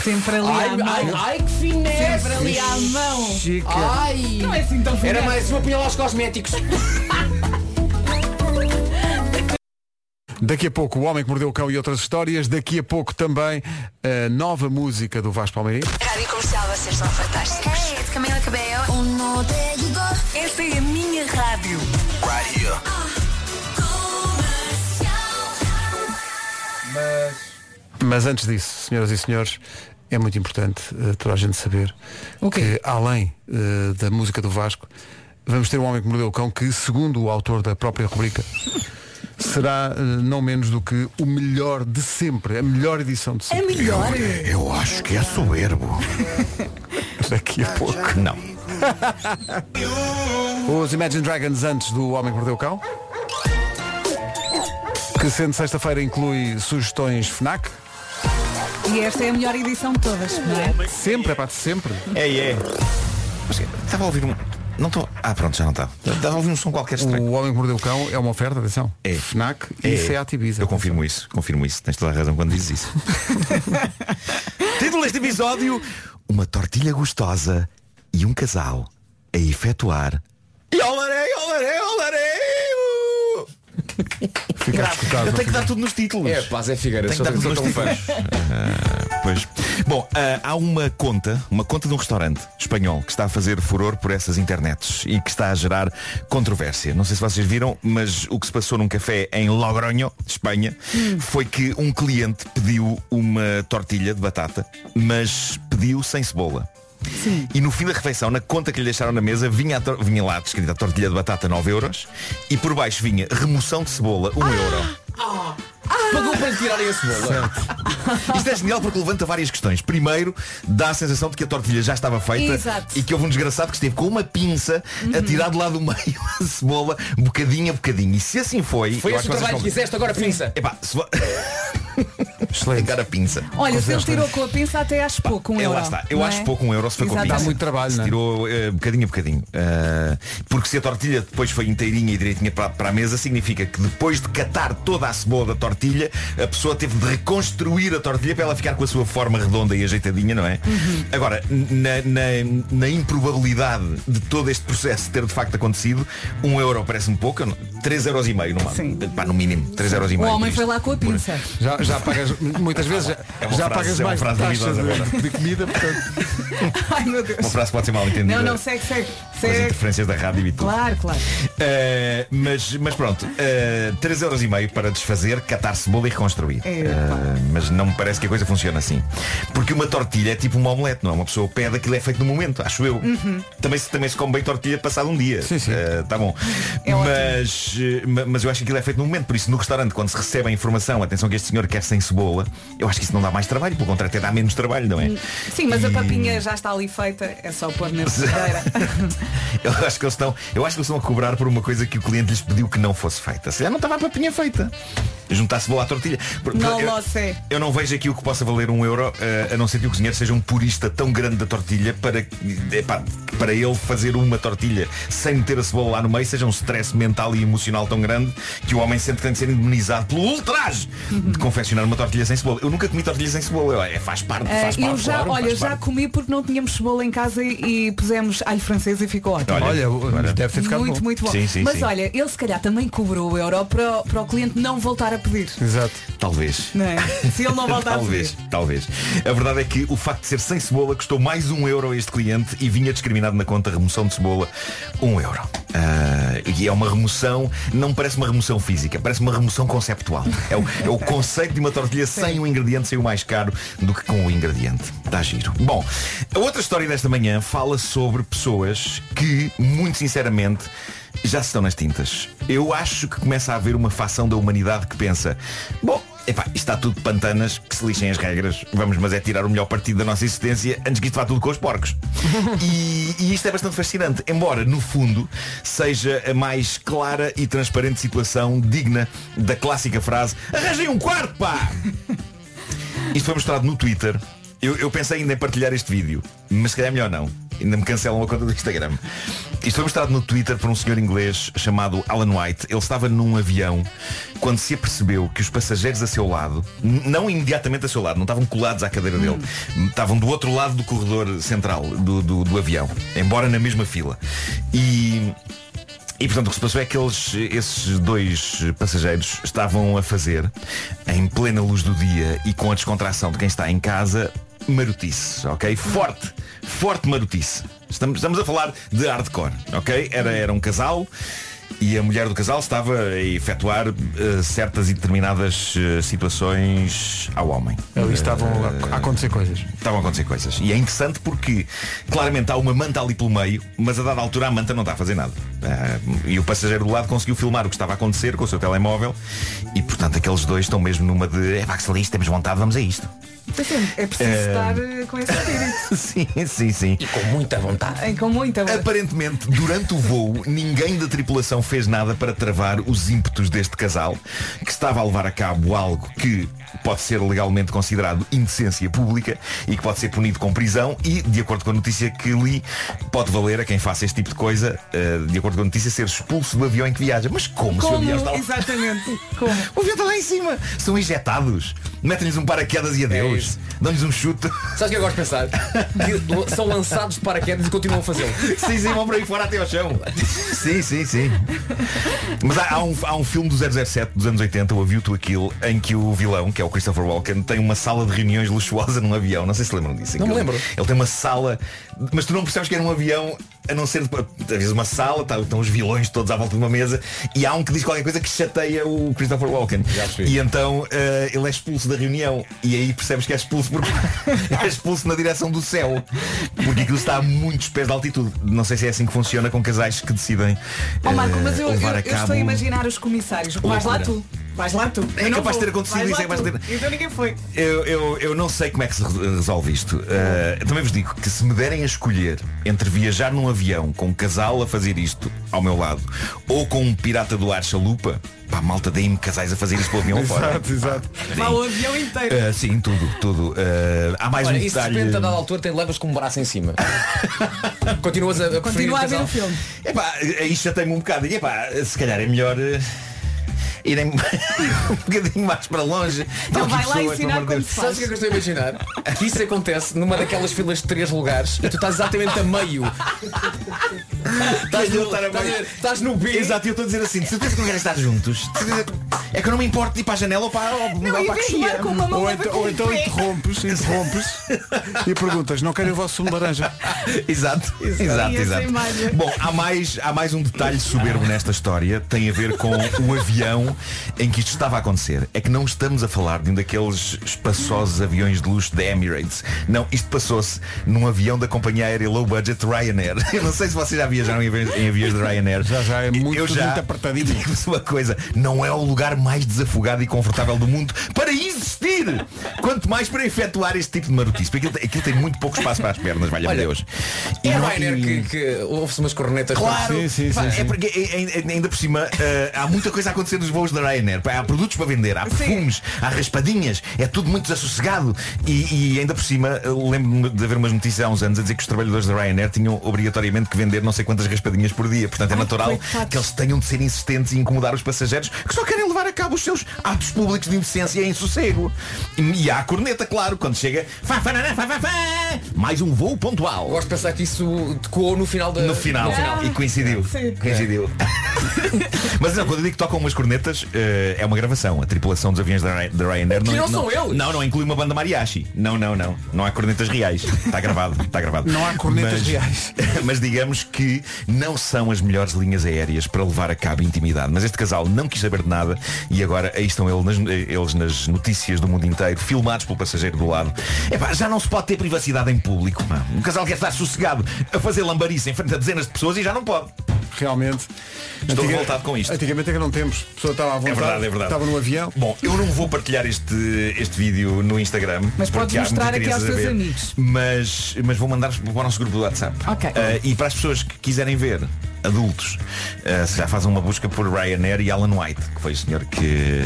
D: Sempre ali
C: Ai,
D: à mão.
C: ai, ai, que
P: finesse!
D: Sempre ali à mão.
P: Chica.
D: Ai. Não é assim tão
C: Era
D: finesse.
C: mais uma punhal aos cosméticos.
B: Daqui a pouco o Homem que Mordeu o Cão e outras histórias. Daqui a pouco também a nova música do Vasco Palmeirinho.
A: Rádio Comercial, vocês são fantásticos. Um It's Camila Cabello. Uno, there you go. Esta é a minha rádio.
B: Mas... Mas antes disso, senhoras e senhores, é muito importante eh, toda a gente saber que além eh, da música do Vasco, vamos ter um homem que mordeu o cão que, segundo o autor da própria rubrica, será eh, não menos do que o melhor de sempre, a melhor edição de sempre.
P: A melhor?
B: Eu, eu acho que é soberbo. [LAUGHS] Daqui a pouco. Não. Os Imagine Dragons antes do Homem que Mordeu o Cão. Que sendo sexta-feira inclui sugestões FNAC.
D: E esta é a melhor edição de todas, não é?
B: Sempre, é pá, sempre.
J: É, é. Mas estava a ouvir um. Não estou. Ah, pronto, já não está. Estava a ouvir um som qualquer estranho.
B: O Homem que Mordeu o Cão é uma oferta, atenção.
J: É.
B: FNAC e Seat Ibiza.
J: Eu confirmo isso, confirmo isso. Tens toda a razão quando dizes isso. Título deste episódio: Uma tortilha gostosa e um casal a efetuar.
P: Yolarei, yolarei, yolarei.
J: Eu tenho que dar tudo nos títulos. É,
C: paz é Figueira,
J: tenho que dar tudo nos títulos. Ah, pois. Bom, ah, há uma conta, uma conta de um restaurante espanhol que está a fazer furor por essas internets e que está a gerar controvérsia. Não sei se vocês viram, mas o que se passou num café em Logroño, Espanha,
P: Hum.
J: foi que um cliente pediu uma tortilha de batata, mas pediu sem cebola. E no fim da refeição, na conta que lhe deixaram na mesa, vinha, a tor- vinha lá descrita a tortilha de batata 9 euros e por baixo vinha remoção de cebola
P: Ah!
J: 1 euro.
C: Pagou para lhe tirarem a cebola.
J: Isto é genial porque levanta várias questões. Primeiro, dá a sensação de que a tortilha já estava feita
P: Exato.
J: e que houve um desgraçado que esteve com uma pinça a
P: Uhum.
J: tirar de lá do meio [LAUGHS] a cebola, bocadinho a bocadinho. E se assim foi.
C: Foi esse
J: eu acho
C: o
J: vocês
C: trabalho que
J: vão-
C: fizeste, agora pinça.
J: Epá, se vo... [LAUGHS] Excelente. a pinça.
D: Olha, se ele tirou com a pinça até acho pouco um
J: É,
D: euro.
J: lá está. Eu
D: não
J: acho
D: é?
J: pouco um euro se foi com
D: Exatamente.
J: pinça. trabalho, se tirou eh, bocadinho a bocadinho. Eh, porque se a tortilha depois foi inteirinha e direitinha para, para a mesa, significa que depois de catar toda a cebola da tortilha, a pessoa teve de reconstruir a tortilha para ela ficar com a sua forma redonda e ajeitadinha, não é?
P: Uhum.
J: Agora, na, na- na improbabilidade de todo este processo ter de facto acontecido, um euro parece-me pouco, eu não- três euros e meio no, ma- pá, no mínimo, três euros e
D: O
J: meio.
D: homem foi lá com a pinça. [LAUGHS]
B: Já, já pagas, muitas vezes, já,
J: É uma
B: já
J: frase-
B: pagas
J: é uma
B: mais
J: frase
B: taxa
J: duvidosa
B: de,
J: agora.
B: de comida, portanto.
D: Ai meu Deus.
J: Uma frase pode ser mal entendida.
D: Não, não, segue, segue.
J: com as
D: Segue.
J: interferências da rádio e tudo.
D: Claro, claro.
J: Uh, mas, mas pronto, uh, 3,5€ para desfazer, catar cebola e reconstruir. Uh, mas não me parece que a coisa funciona assim. Porque uma tortilha é tipo uma omelete, não é? Uma pessoa pede aquilo é feito no momento, acho eu.
P: Uhum.
J: Também, se, também se come bem tortilha passado um dia. Sim, sim. tá bom.
D: É
J: mas, eh, ma- mas eu acho que aquilo é feito no momento. Por isso, no restaurante, quando se recebe a informação, atenção que este senhor quer sem cebola, eu acho que isso não dá mais trabalho, pelo contrário, até dá menos trabalho, não é?
D: Sim, mas a
J: E-
D: papinha já está ali feita, é só pôr na frigideira.
J: Eu acho que eles estão, eu acho que eles estão a cobrar por uma coisa que o cliente lhes pediu que não fosse feita. Se calhar não estava a papinha feita. Juntar cebola à tortilha. Por-
D: Não
J: eu,
D: lo sei.
J: eu não vejo aqui o que possa valer um euro, eh, a não ser que o cozinheiro seja um purista tão grande da tortilha para, que- epá, para ele fazer uma tortilha sem meter a cebola lá no meio seja um stress mental e emocional tão grande que o homem sente que tem de ser indemnizado pelo ultraje
D: Uhum.
J: de confeccionar uma tortilha sem cebola. Eu nunca comi tortilha sem cebola. Eu, é, faz parte,
D: Ah,
J: faz parte.
D: eu já,
J: claro,
D: olha,
J: faz
D: já
J: parte.
D: comi porque não tínhamos cebola em casa e, e pusemos alho francês e ficou ótimo.
B: Olha,
J: Olha.
B: deve ter ficado
D: muito,
B: bom.
D: muito bom. Mas olha, ele se calhar também cobrou o euro para, o- para o cliente não voltar a pedir.
B: Exato.
J: Talvez. [LAUGHS]
D: Não é? Se ele não voltar
J: talvez, talvez. A verdade é que o facto de ser sem cebola custou mais um euro a este cliente e vinha discriminado na conta remoção de cebola um euro. Ah, e é uma remoção, não parece uma remoção física, parece uma remoção conceptual. É o, é o conceito de uma tortilha sem o ingrediente saiu mais caro do que com o ingrediente. Está giro. Bom, a outra história desta manhã fala sobre pessoas que, muito sinceramente, já se estão nas tintas. Eu acho que começa a haver uma facção da humanidade que pensa, bom, epá, isto está tudo de pantanas, que se lixem as regras, vamos mas é tirar o melhor partido da nossa existência antes que isto vá tudo com os porcos. e, e isto é bastante fascinante, embora no fundo seja a mais clara e transparente situação digna da clássica frase Arranjem um quarto, pá! Isto foi mostrado no Twitter. Eu, eu pensei ainda em partilhar este vídeo, mas se calhar é melhor não. Ainda me cancelam a conta do Instagram. Isto foi mostrado no Twitter por um senhor inglês chamado Alan White. Ele estava num avião quando se apercebeu que os passageiros a seu lado, n- não imediatamente a seu lado, não estavam colados à cadeira dele, estavam do outro lado do corredor central do, do, do avião, embora na mesma fila. E e portanto o que se passou é que eles, esses dois passageiros estavam a fazer, em plena luz do dia e com a descontração de quem está em casa, marotice, ok? Forte, forte marotice. Estamos, estamos a falar de hardcore, ok? Era, era um casal e a mulher do casal estava a efetuar eh, certas e determinadas eh, situações ao homem.
B: Ali estavam
J: Eh,
B: a- a acontecer coisas.
J: Estavam a acontecer coisas. E é interessante porque claramente há uma manta ali pelo meio, mas a dada altura a manta não está a fazer nada. Ah, e o passageiro do lado conseguiu filmar o que estava a acontecer com o seu telemóvel e portanto aqueles dois estão mesmo numa de é pá, que se lixe, temos vontade, vamos a isto. [LAUGHS]
D: É preciso
J: Eh,
D: estar eh, com esse espírito.
J: Sim, sim, sim. E com muita vontade.
D: Eh, Com muita
J: é Aparentemente, durante o voo, ninguém da tripulação fez nada para travar os ímpetos deste casal, que estava a levar a cabo algo que pode ser legalmente considerado indecência pública e que pode ser punido com prisão e, de acordo com a notícia que li, pode valer a quem faça este tipo de coisa, eh, de acordo com a notícia, ser expulso do avião em que viaja. Mas como, se o avião está lá? [LAUGHS]
D: Exatamente. Como?
J: O avião está lá em cima. São injetados. Metem-lhes um paraquedas e adeus. Dão-lhes um chute. [LAUGHS] Sabes
C: é
J: o que eu gosto de pensar?
C: Que são lançados de paraquedas e continuam a fazê-lo.
J: Sim, sim, vão para aí fora até ao chão. Sim, sim, sim. Mas há, há um, há um filme do 007 dos anos 80, o A View to Kill, em que o vilão, que é o Christopher Walken, tem uma sala de reuniões luxuosa num avião. Não sei se lembram disso.
C: Não me
J: Ele-
C: lembro.
J: Ele tem uma sala, mas tu não percebes que era um avião, a não ser talvez uma sala, tá- estão os vilões todos à volta de uma mesa e há um que diz qualquer coisa que chateia o Christopher Walken. E então eh, ele é expulso da reunião e aí percebes que é expulso porque [LAUGHS] é expulso na direção do céu. Porque aquilo está a muitos pés de altitude. Não sei se é assim que funciona com casais que decidem.
D: Ó Marco,
J: eh,
D: mas eu, eu-
J: levar
D: eu
J: a cabo...
D: estou a imaginar os comissários. Vais lá
J: Loucura.
D: tu. Vais lá tu.
J: É
D: Eu não
J: capaz
D: vou.
J: de ter acontecido
D: Vais
J: isso,
D: lá
J: é capaz de
D: tu.
J: ter-
D: Então ninguém foi.
J: Eu, eu, eu não sei como é que se re- resolve isto. Uh, também vos digo que se me derem a escolher entre viajar num avião com um casal a fazer isto ao meu lado ou com um pirata do ar chalupa, pá, malta, deem-me casais a fazer isto
B: [LAUGHS]
J: pelo avião fora.
B: Exato, exato.
J: Vá o avião inteiro. Uh, sim, tudo, tudo. Uh, há mais
C: Olha,
J: um
C: e se de
J: detalhe.
C: repente a dada altura tem levas com um braço em
J: [LAUGHS]
C: cima. Continuas a, a preferir casal.
D: filme.
J: Epá, aí já tenho um bocado. E epá, se calhar é melhor eh, irem [LAUGHS] um bocadinho mais para longe.
D: Então
J: Estão aqui pessoas, pelo amor de Deus.
C: Sabes o que é que eu estou a imaginar? Que isso acontece numa daquelas filas de três lugares e tu estás exatamente a meio.
J: Estás no, estás a ver, estás no B. Exato, e eu estou a dizer assim, de certeza que não quero estar juntos. De certeza que- É que eu não me importo de ir para a janela ou para, ou, é ou para a coxia.
B: ou então, ou
D: um
B: então interrompes,
D: [LAUGHS]
B: interrompes e perguntas, não quero o vosso sumo de laranja.
J: [LAUGHS] Exato, Exato, exato. Bom, há mais, há mais um detalhe soberbo nesta história, tem a ver com o avião em que isto estava a acontecer. É que não estamos a falar de um daqueles espaçosos aviões de luxo da Emirates. Não, isto passou-se num avião da companhia aérea low budget Ryanair. [LAUGHS] Eu não sei se vocês já viajaram em aviões, em aviões de Ryanair. Já, já, é muito, Eu já,
B: muito
J: apertadinho. [LAUGHS] Digo-vos uma coisa, não é o lugar mais desafogado e confortável do mundo para existir. Quanto mais para efetuar este tipo de marotice. Porque aquilo, tem- aquilo tem muito pouco espaço para as pernas, valha-me
C: Olha,
J: Deus.
C: É
J: não-
C: Rainer que, que ouve-se umas cornetas.
J: Claro, Pá, é porque é- é- ainda por cima eh, há muita coisa a acontecer nos voos da Ryanair. Pá, Há produtos para vender, há perfumes, há raspadinhas, é tudo muito desassossegado. E, e ainda por cima, eh, lembro-me de haver umas notícias há uns anos a dizer que os trabalhadores da Ryanair tinham obrigatoriamente que vender não sei quantas raspadinhas por dia. Portanto, é natural que eles tenham de ser insistentes e incomodar os passageiros que só querem levar a cabo os seus atos públicos de indecência em sossego. E, e há a corneta, claro, quando chega. Fá, fá, naná, fá, fá, fá, mais um voo pontual.
C: Gosto de pensar que isso decoou Eh, no final da.
J: No final, e coincidiu. Coincidiu. [LAUGHS] Mas não, quando eu digo que tocam umas cornetas, eh, é uma gravação. A tripulação dos aviões da, Ry- da Ryanair
C: Que não
J: não,
C: são eles.
J: Não, não inclui uma banda mariachi. Não, não, não. Não há cornetas reais. Está gravado, está gravado.
B: Não há cornetas
J: Mas-
B: reais.
J: [LAUGHS] Mas digamos que não são as melhores linhas aéreas para levar a cabo intimidade. Mas este casal não quis saber de nada e agora aí estão ele nas- eles nas notícias do mundo inteiro, filmados pelo passageiro do lado. Epá, já não se pode ter privacidade em público. pá. Um casal quer estar sossegado a fazer lambarice em frente a dezenas de pessoas e já não pode.
B: Realmente.
J: Estou revoltado com isto.
B: Antigamente é que não temos. A pessoa estava à vontade.
J: É verdade, é verdade.
B: Estava no
J: [LAUGHS]
B: avião.
J: Bom, eu não vou partilhar este, este vídeo no Instagram.
D: Mas
J: porque
D: podes
J: há
D: mostrar
J: muita
D: aqui aos
J: criança a
D: teus
J: ver.
D: amigos.
J: Mas, mas vou mandar para o nosso grupo do WhatsApp.
D: Ok.
J: Ah, e para as pessoas que quiserem ver, adultos, ah, se já fazem uma busca por Ryanair e Alan White, que foi o senhor que,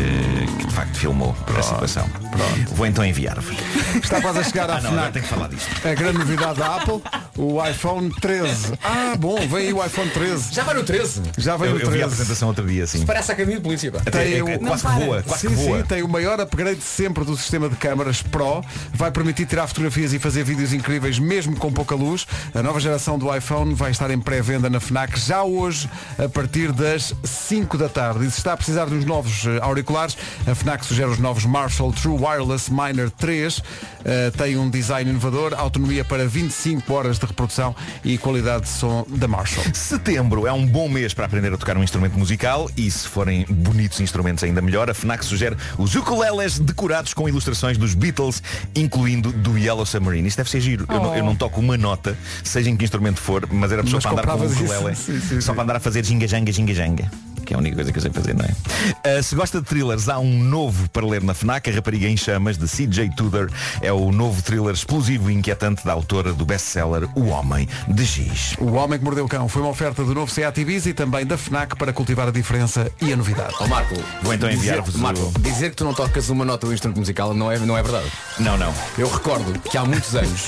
J: que de facto filmou a situação. Pronto. Vou então enviar-vos.
B: Está quase a chegar à
J: ah, não,
B: FNAC.
J: agora tenho que falar disto.
B: A grande novidade da Apple, o iPhone
J: [LAUGHS]
B: 13. Ah, bom, vem aí o iPhone 13.
C: Já vai no 13.
B: Já vem
J: eu,
B: o
J: eu vi
B: 13.
J: a apresentação outro dia, assim.
C: Parece a caminho de polícia. pá.
J: Até eu-
B: Não
J: quase que
B: para.
J: voa, quase
B: sim,
J: que voa.
B: sim, tem o maior upgrade sempre do sistema de câmaras Pro. Vai permitir tirar fotografias e fazer vídeos incríveis mesmo com pouca luz. A nova geração do iPhone vai estar em pré-venda na FNAC já hoje, a partir das 5 da tarde. E se está a precisar dos novos eh, auriculares, a FNAC sugere os novos Marshall True Wireless Miner 3. Eh, tem um design inovador, autonomia para 25 horas de reprodução e qualidade de som da Marshall.
J: Setembro é um bom mês para aprender a tocar um instrumento musical e se forem bonitos instrumentos ainda melhor, a FNAC sugere os ukuleles decorados com ilustrações dos Beatles, incluindo do Yellow Submarine. Isto deve ser giro. Eu, não, eu não toco uma nota, seja em que instrumento for, mas era pessoa
B: Oh. Mas
J: para andar com o
B: compravas isso.
J: ukulele.
B: Sim,
J: só para andar a fazer ginga-janga, ginga-janga. Que é a única coisa que eu sei fazer, não é? Uh, se gosta de thrillers, há um novo para ler na FNAC, A Rapariga em Chamas, de CJ Tudor. É o novo thriller explosivo e inquietante da autora do best-seller O Homem de Giz.
B: O Homem que Mordeu o Cão foi uma oferta do novo Seat Ibiza e também da FNAC para cultivar a diferença e a novidade.
C: Ó Marco,
J: Vou então
C: dizer-
J: enviar-vos o-
C: Marco, dizer que tu não tocas uma nota do instrumento musical não é, não é verdade.
J: Não, não.
C: Eu recordo que há muitos [LAUGHS] anos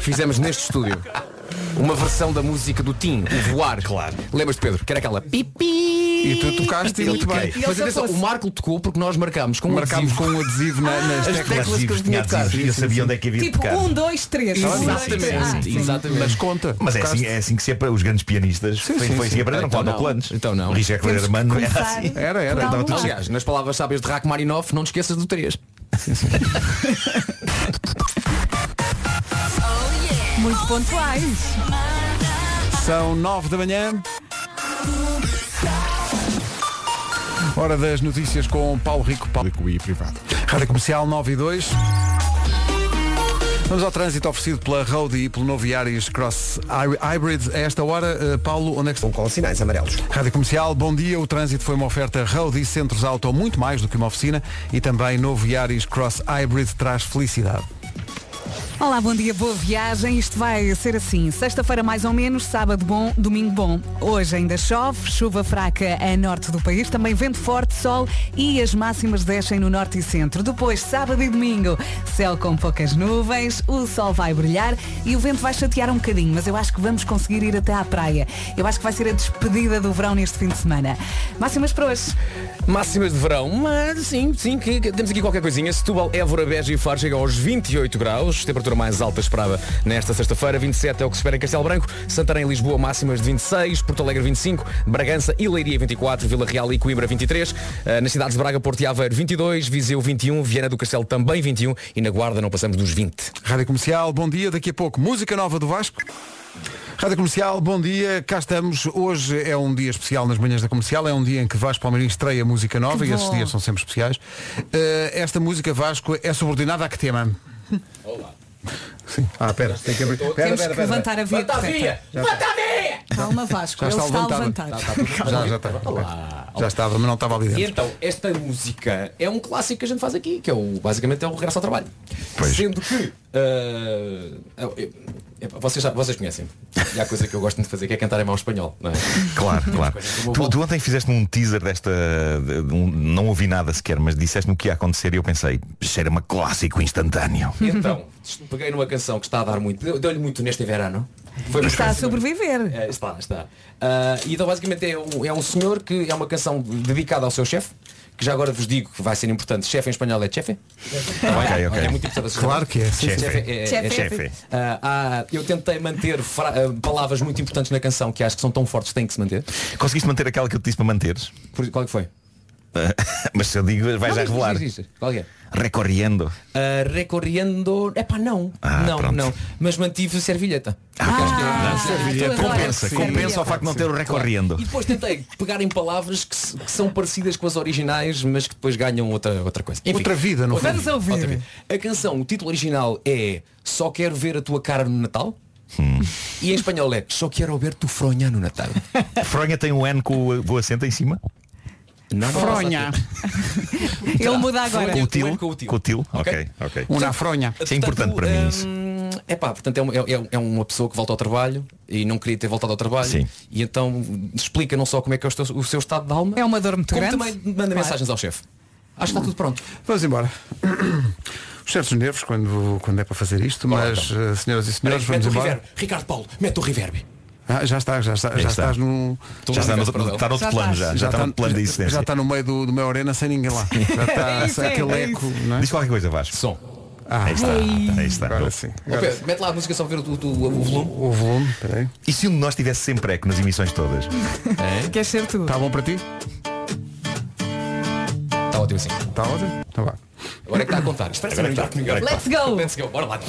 C: fizemos neste estúdio uma versão da música do Tim, o Voar. Claro. Lembras-te, Pedro? Que era aquela pipi.
B: E tu tocaste e muito bem. E ele
C: Mas
B: se
C: atenção,
B: fosse-
C: o Marco tocou porque nós marcámos com um
B: Marcámos com
C: adesivo.
B: um adesivo na- nas
C: As
B: teclas.
C: teclas que eu
B: Adesivos,
C: tinha
B: tinha
C: de tocar.
B: adesivos, eu sabia onde é que havia de
D: Tipo,
J: tocar.
D: um, dois, três. Um, dois, três. Ah, sim.
J: Mas
B: conta.
J: Mas é assim,
B: Tocaste.
J: é assim que se apre- os grandes pianistas
C: Sim, sim,
J: foi, foi assim
C: sim.
J: que aprenderam
C: Então
J: com
C: não.
J: autocolantes.
C: Então não.
J: O Richard
C: Temos que
J: Clermano era
C: começar
J: assim.
C: Era, era.
D: um
J: Estava tudo
C: Aliás, nas palavras sábias de Rachmaninoff, não te esqueças do 3.
A: Oh,
D: Muito pontuais.
J: é.
B: São nove da manhã. Hora das notícias com Paulo Rico. Paulo
H: e privado.
B: Rádio Comercial 9 e 2. Vamos ao trânsito oferecido pela Roadie e pelo novo Yaris Cross Hy- Hybrid. A esta hora, eh, Paulo, onde é que estão?
F: Com sinais amarelos.
B: Rádio Comercial, bom dia. O trânsito foi uma oferta Roadie Centros Auto, muito mais do que uma oficina. E também novo Yaris Cross Hybrid traz felicidade.
D: Olá, bom dia, boa viagem. Isto vai ser assim. Sexta-feira mais ou menos, sábado bom, domingo bom. Hoje ainda chove, chuva fraca a norte do país, também vento forte, sol e as máximas descem no norte e centro. Depois, sábado e domingo, céu com poucas nuvens, o sol vai brilhar e o vento vai chatear um bocadinho, mas eu acho que vamos conseguir ir até à praia. Eu acho que vai ser a despedida do verão neste fim de semana. Máximas para hoje.
C: Máximas de verão, mas sim, sim, que, que- temos aqui qualquer coisinha. Setúbal, Évora, Beja e Faro chegam aos 28 graus, temperatura mais alta esperada nesta sexta-feira, 27 é o que se espera em Castelo Branco, Santarém e Lisboa máximas de 26, Porto Alegre 25, Bragança e Leiria 24, Vila Real e Coimbra 23, eh, nas cidades de Braga, Porto e Aveiro 22, Viseu 21, Viana do Castelo também 21 e na Guarda não passamos dos 20.
B: Rádio Comercial, bom dia. Daqui a pouco, música nova do Vasco. Rádio Comercial, bom dia. Cá estamos. Hoje é um dia especial nas manhãs da comercial. É um dia em que Vasco Palmeirinho estreia música nova
D: Que
B: e esses
D: bom.
B: dias são sempre especiais. Eh, esta música Vasco é subordinada a que tema? Sim. Ah, espera, tem que abrir. Pera,
D: Temos
B: pera,
D: que
B: pera.
D: levantar a via.
B: Levanta a via!
D: Levanta a via! Calma Vasco,
B: Já
D: ele
B: está
D: está a
B: levantada.
D: levantar.
B: Já, já está. Já estava, mas não estava ali
C: E
B: dentro.
C: então, esta música é um clássico que a gente faz aqui, que é o, basicamente é o regresso ao trabalho. Sendo que. ah, eu- eu- epá, vocês, já- vocês conhecem. E há coisa que eu gosto muito de fazer, que é cantar em mau espanhol. Não é?
J: Claro, claro. Tu, tu ontem fizeste um teaser desta. de- de um- não ouvi nada sequer, mas disseste-me o que ia acontecer e eu pensei, cheira-me a clássico
C: [LAUGHS]
J: instantâneo.
C: E então, peguei numa canção que está a dar muito. deu- Deu-lhe muito neste verano.
D: Está
C: uma
D: a
C: espécie de-
D: sobreviver.
C: É, está, está. Ah, e então basicamente é um, é um senhor que é uma canção dedicada ao seu chefe, que já agora vos digo que vai ser importante. Chefe em espanhol é chefe?
J: Ok, ok.
C: É muito importante. vocês
J: Claro que é, sim,
C: Chefe,
J: sim.
C: é- é-
J: Chefe.
C: é
J: [LAUGHS] Chefe.
C: Ah, ah, eu tentei manter fra- ah, palavras muito importantes na canção que acho que são tão fortes que têm que se manter.
J: Conseguiste manter aquela que eu te disse para manteres? [LAUGHS]
C: qual que foi?
J: mas se eu digo, vais já
C: Não, diz,
J: revelar.
C: diz, diz. Qual que é?
J: Recorriendo.
C: Ah, recorrendo. É pá, não.
J: Ah,
C: não,
J: pronto.
C: não. Mas mantive servilheta.
D: Ah,
J: servilheta. Compensa, compensa ao facto de não ter
C: [LAUGHS]
J: o recorrendo.
C: E depois tentei pegar em palavras que, se- que são parecidas com as originais, mas que depois ganham outra, outra coisa.
B: Outra vida, não
C: outra
B: foi?
C: vida,
B: Vamos ouvir.
C: outra vida. A canção, o título original é Só Quero Ver a Tua Cara no Natal. E em espanhol é Só Quero Ver Tu Fronha no Natal.
J: Fronha tem um N com o- o acento em cima?
C: Não,
B: Fronha.
D: Ele
J: tá?
D: muda agora.
J: Com o til? Com o til? Ok, ok.
C: Portanto,
B: fronha.
J: Isso é importante para
B: hum,
J: mim. isso.
C: É pá, portanto é, um- é- é- é uma pessoa que volta ao trabalho e não queria ter voltado ao trabalho e então explica não só como é que é o, seu- o seu estado de alma,
D: É uma dor muito
C: como
D: grande.
C: também manda
D: Claro.
C: mensagens ao chefe. Acho que está tudo pronto.
B: Vamos embora. [CLEARS THROAT] Os certos nervos quando, quando é para fazer isto, mas eh, senhoras e senhores,
C: Mete
B: vamos
C: o
B: embora.
C: reverb. Ricardo Paulo, mete o reverb.
B: Ah, já está, já está, já,
J: Já está.
B: estás num.
J: Já está no-
B: tá-
J: está noutro Já plano, já. estás. Já está noutro plano de existência.
B: Já está no meio do, do meu arena sem ninguém lá. Já
J: [LAUGHS]
B: está
C: Isso é,
B: aquele
C: é
B: eco.
C: isso.
B: não é?
J: Diz qualquer coisa, Vasco.
C: Som.
B: Ah,
J: Aí está,
B: Ei.
J: aí está.
B: Agora sim.
C: Ó Pedro, mete lá a música só para ver o, o- o volume.
B: O volume, peraí.
J: E se um de nós tivesse sempre eco nas emissões todas?
D: Queres ser
J: Tá.
B: Tá
D: tu?
B: Está bom para ti?
C: Está ótimo assim.
B: Está Tá ótimo? Então Está bom.
C: Agora é que está a contar. Espera
B: Agora
C: agora
B: está. Agora é que
C: go. Let's go. Bora lá.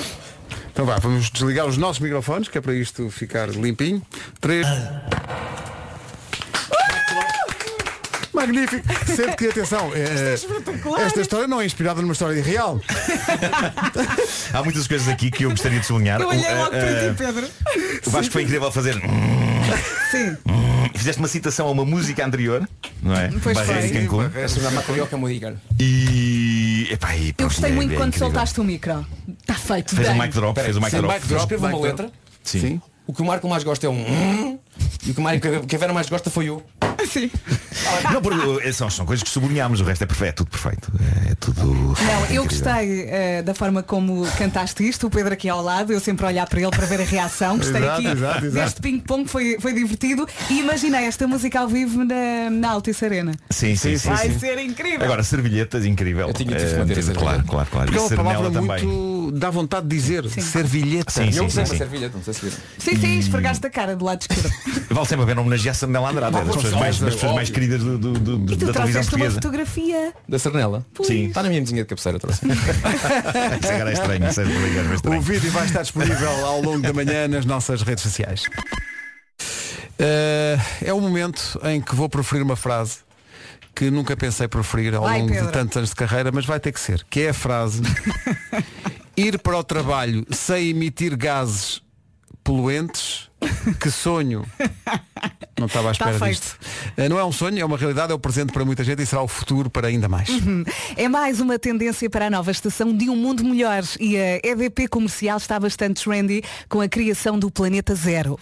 B: Então vá, vamos desligar os nossos microfones, que é para isto ficar limpinho. Três. Ah! Magnífico! Sempre que, atenção, eh, esta história não é inspirada numa história real.
J: Há muitas coisas aqui que eu gostaria de sublinhar.
B: Eu olhei
J: O,
B: logo
J: eh,
B: para ti,
J: eh,
B: Pedro.
J: o Vasco foi incrível fazer.
D: Sim.
J: Fizeste uma citação a uma música anterior, não é? Barreiros e Cancún. E. Epá, e
D: Eu
J: pronto,
D: gostei
J: é-
D: muito
J: é
D: quando
J: incrível.
D: soltaste o micro. Está feito.
J: Fez um
D: bem.
J: mic drop, fez um mic
C: Sim,
J: drop.
C: Mike Drop escreveu uma letra.
J: Sim.
C: O que o Marco mais gosta é um. E o que, o Mário- que a Vera mais gosta foi o.
D: Sim.
J: Não, porque eh, são, são coisas que sublinhámos, o resto é perfeito, é tudo perfeito. É tudo.
D: Não, eu
J: incrível.
D: gostei eh, da forma como cantaste isto, o Pedro aqui ao lado, eu sempre a olhar para ele para ver a reação. Gostei
B: Exato,
D: aqui
B: exato, exato.
D: deste ping-pong, foi, foi divertido. E imaginei esta música ao vivo na, na Altice Arena.
J: Sim, sim, sim.
D: Vai
J: sim.
D: ser incrível.
J: Agora, servilhetas, incrível.
C: Eu tinha- tive
J: Eh,
C: que manter a
J: tive-
C: servilheta.
J: Claro, claro, claro.
B: Porque é
J: E
B: uma palavra
J: Sernela também.
B: muito. dá vontade de dizer. Servilheta.
J: Sim, sim,
C: eu
J: sim,
C: usei uma
J: sim.
C: servilheta, não sei se viram.
D: Sim,
J: hum.
D: sim, esfregaste a cara do lado esquerdo.
J: Vale sempre a pena homenagear Sernela Andrade, é das pessoas mais, das pessoas mais queridas do- do- do-
D: E tu
J: da televisão
D: trouxeste uma
J: portuguesa.
D: fotografia.
C: Da Sarnela? Sim. Está na minha mesinha de cabeceira, trouxe.
J: Isso agora é estranho, isso é estranho, mas
B: O vídeo vai estar disponível ao longo da manhã nas nossas redes sociais. Eh, é o momento em que vou proferir uma frase que nunca pensei proferir ao
D: Vai,
B: longo de
D: Pedro.
B: tantos anos de carreira, mas vai ter que ser, que é a
D: [LAUGHS]
B: frase ir para o trabalho sem emitir gases poluentes, que sonho. Não estava à
D: Tá
B: espera
D: feito.
B: disto. Eh, Não é um sonho, é uma realidade, é o presente para muita gente e será o futuro para ainda mais.
D: Uhum. É mais uma tendência para a nova estação de um mundo melhor e a EDP comercial está bastante trendy com a criação do Planeta Zero.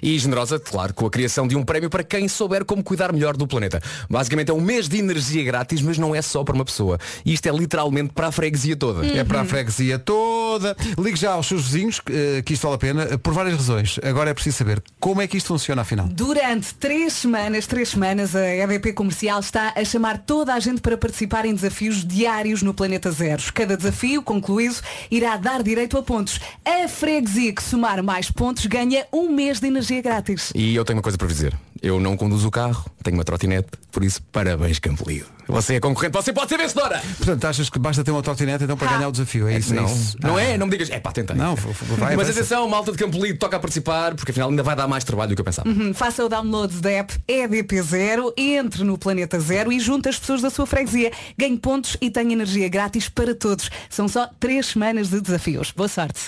C: E generosa, claro, com a criação de um prémio para quem souber como cuidar melhor do planeta. Basicamente é um mês de energia grátis, mas não é só para uma pessoa. E isto é literalmente para a freguesia toda.
B: É
D: Uhum.
B: para a freguesia toda. Ligue já aos seus vizinhos, que, eh, que isto vale a pena, eh, por várias razões. Agora é preciso saber como é que isto funciona afinal.
D: Durante três semanas, três semanas, a EDP Comercial está a chamar toda a gente para participar em desafios diários no Planeta Zero. Cada desafio, concluído, irá dar direito a pontos. A freguesia que somar mais pontos ganha um mês de energia grátis.
C: E eu tenho uma coisa para vos dizer. Eu não conduzo o carro, tenho uma trotinete, por isso parabéns, Campolido. Você é concorrente, você pode ser vencedora!
B: Portanto, achas que basta ter uma trotinete então para
D: Ah.
B: ganhar o desafio? É isso?
C: não,
B: é isso?
C: não
B: Ah.
C: é? Não me digas, é pá, tentei.
B: Não, f- f- vai,
C: Mas
B: avança.
C: atenção, malta de Campolido, toca a participar, porque afinal ainda vai dar mais trabalho do que eu pensava.
D: Uhum, faça o download da app EDP Zero, entre no Planeta Zero e junte as pessoas da sua freguesia. Ganhe pontos e tenha energia grátis para todos. São só três semanas de desafios. Boa sorte.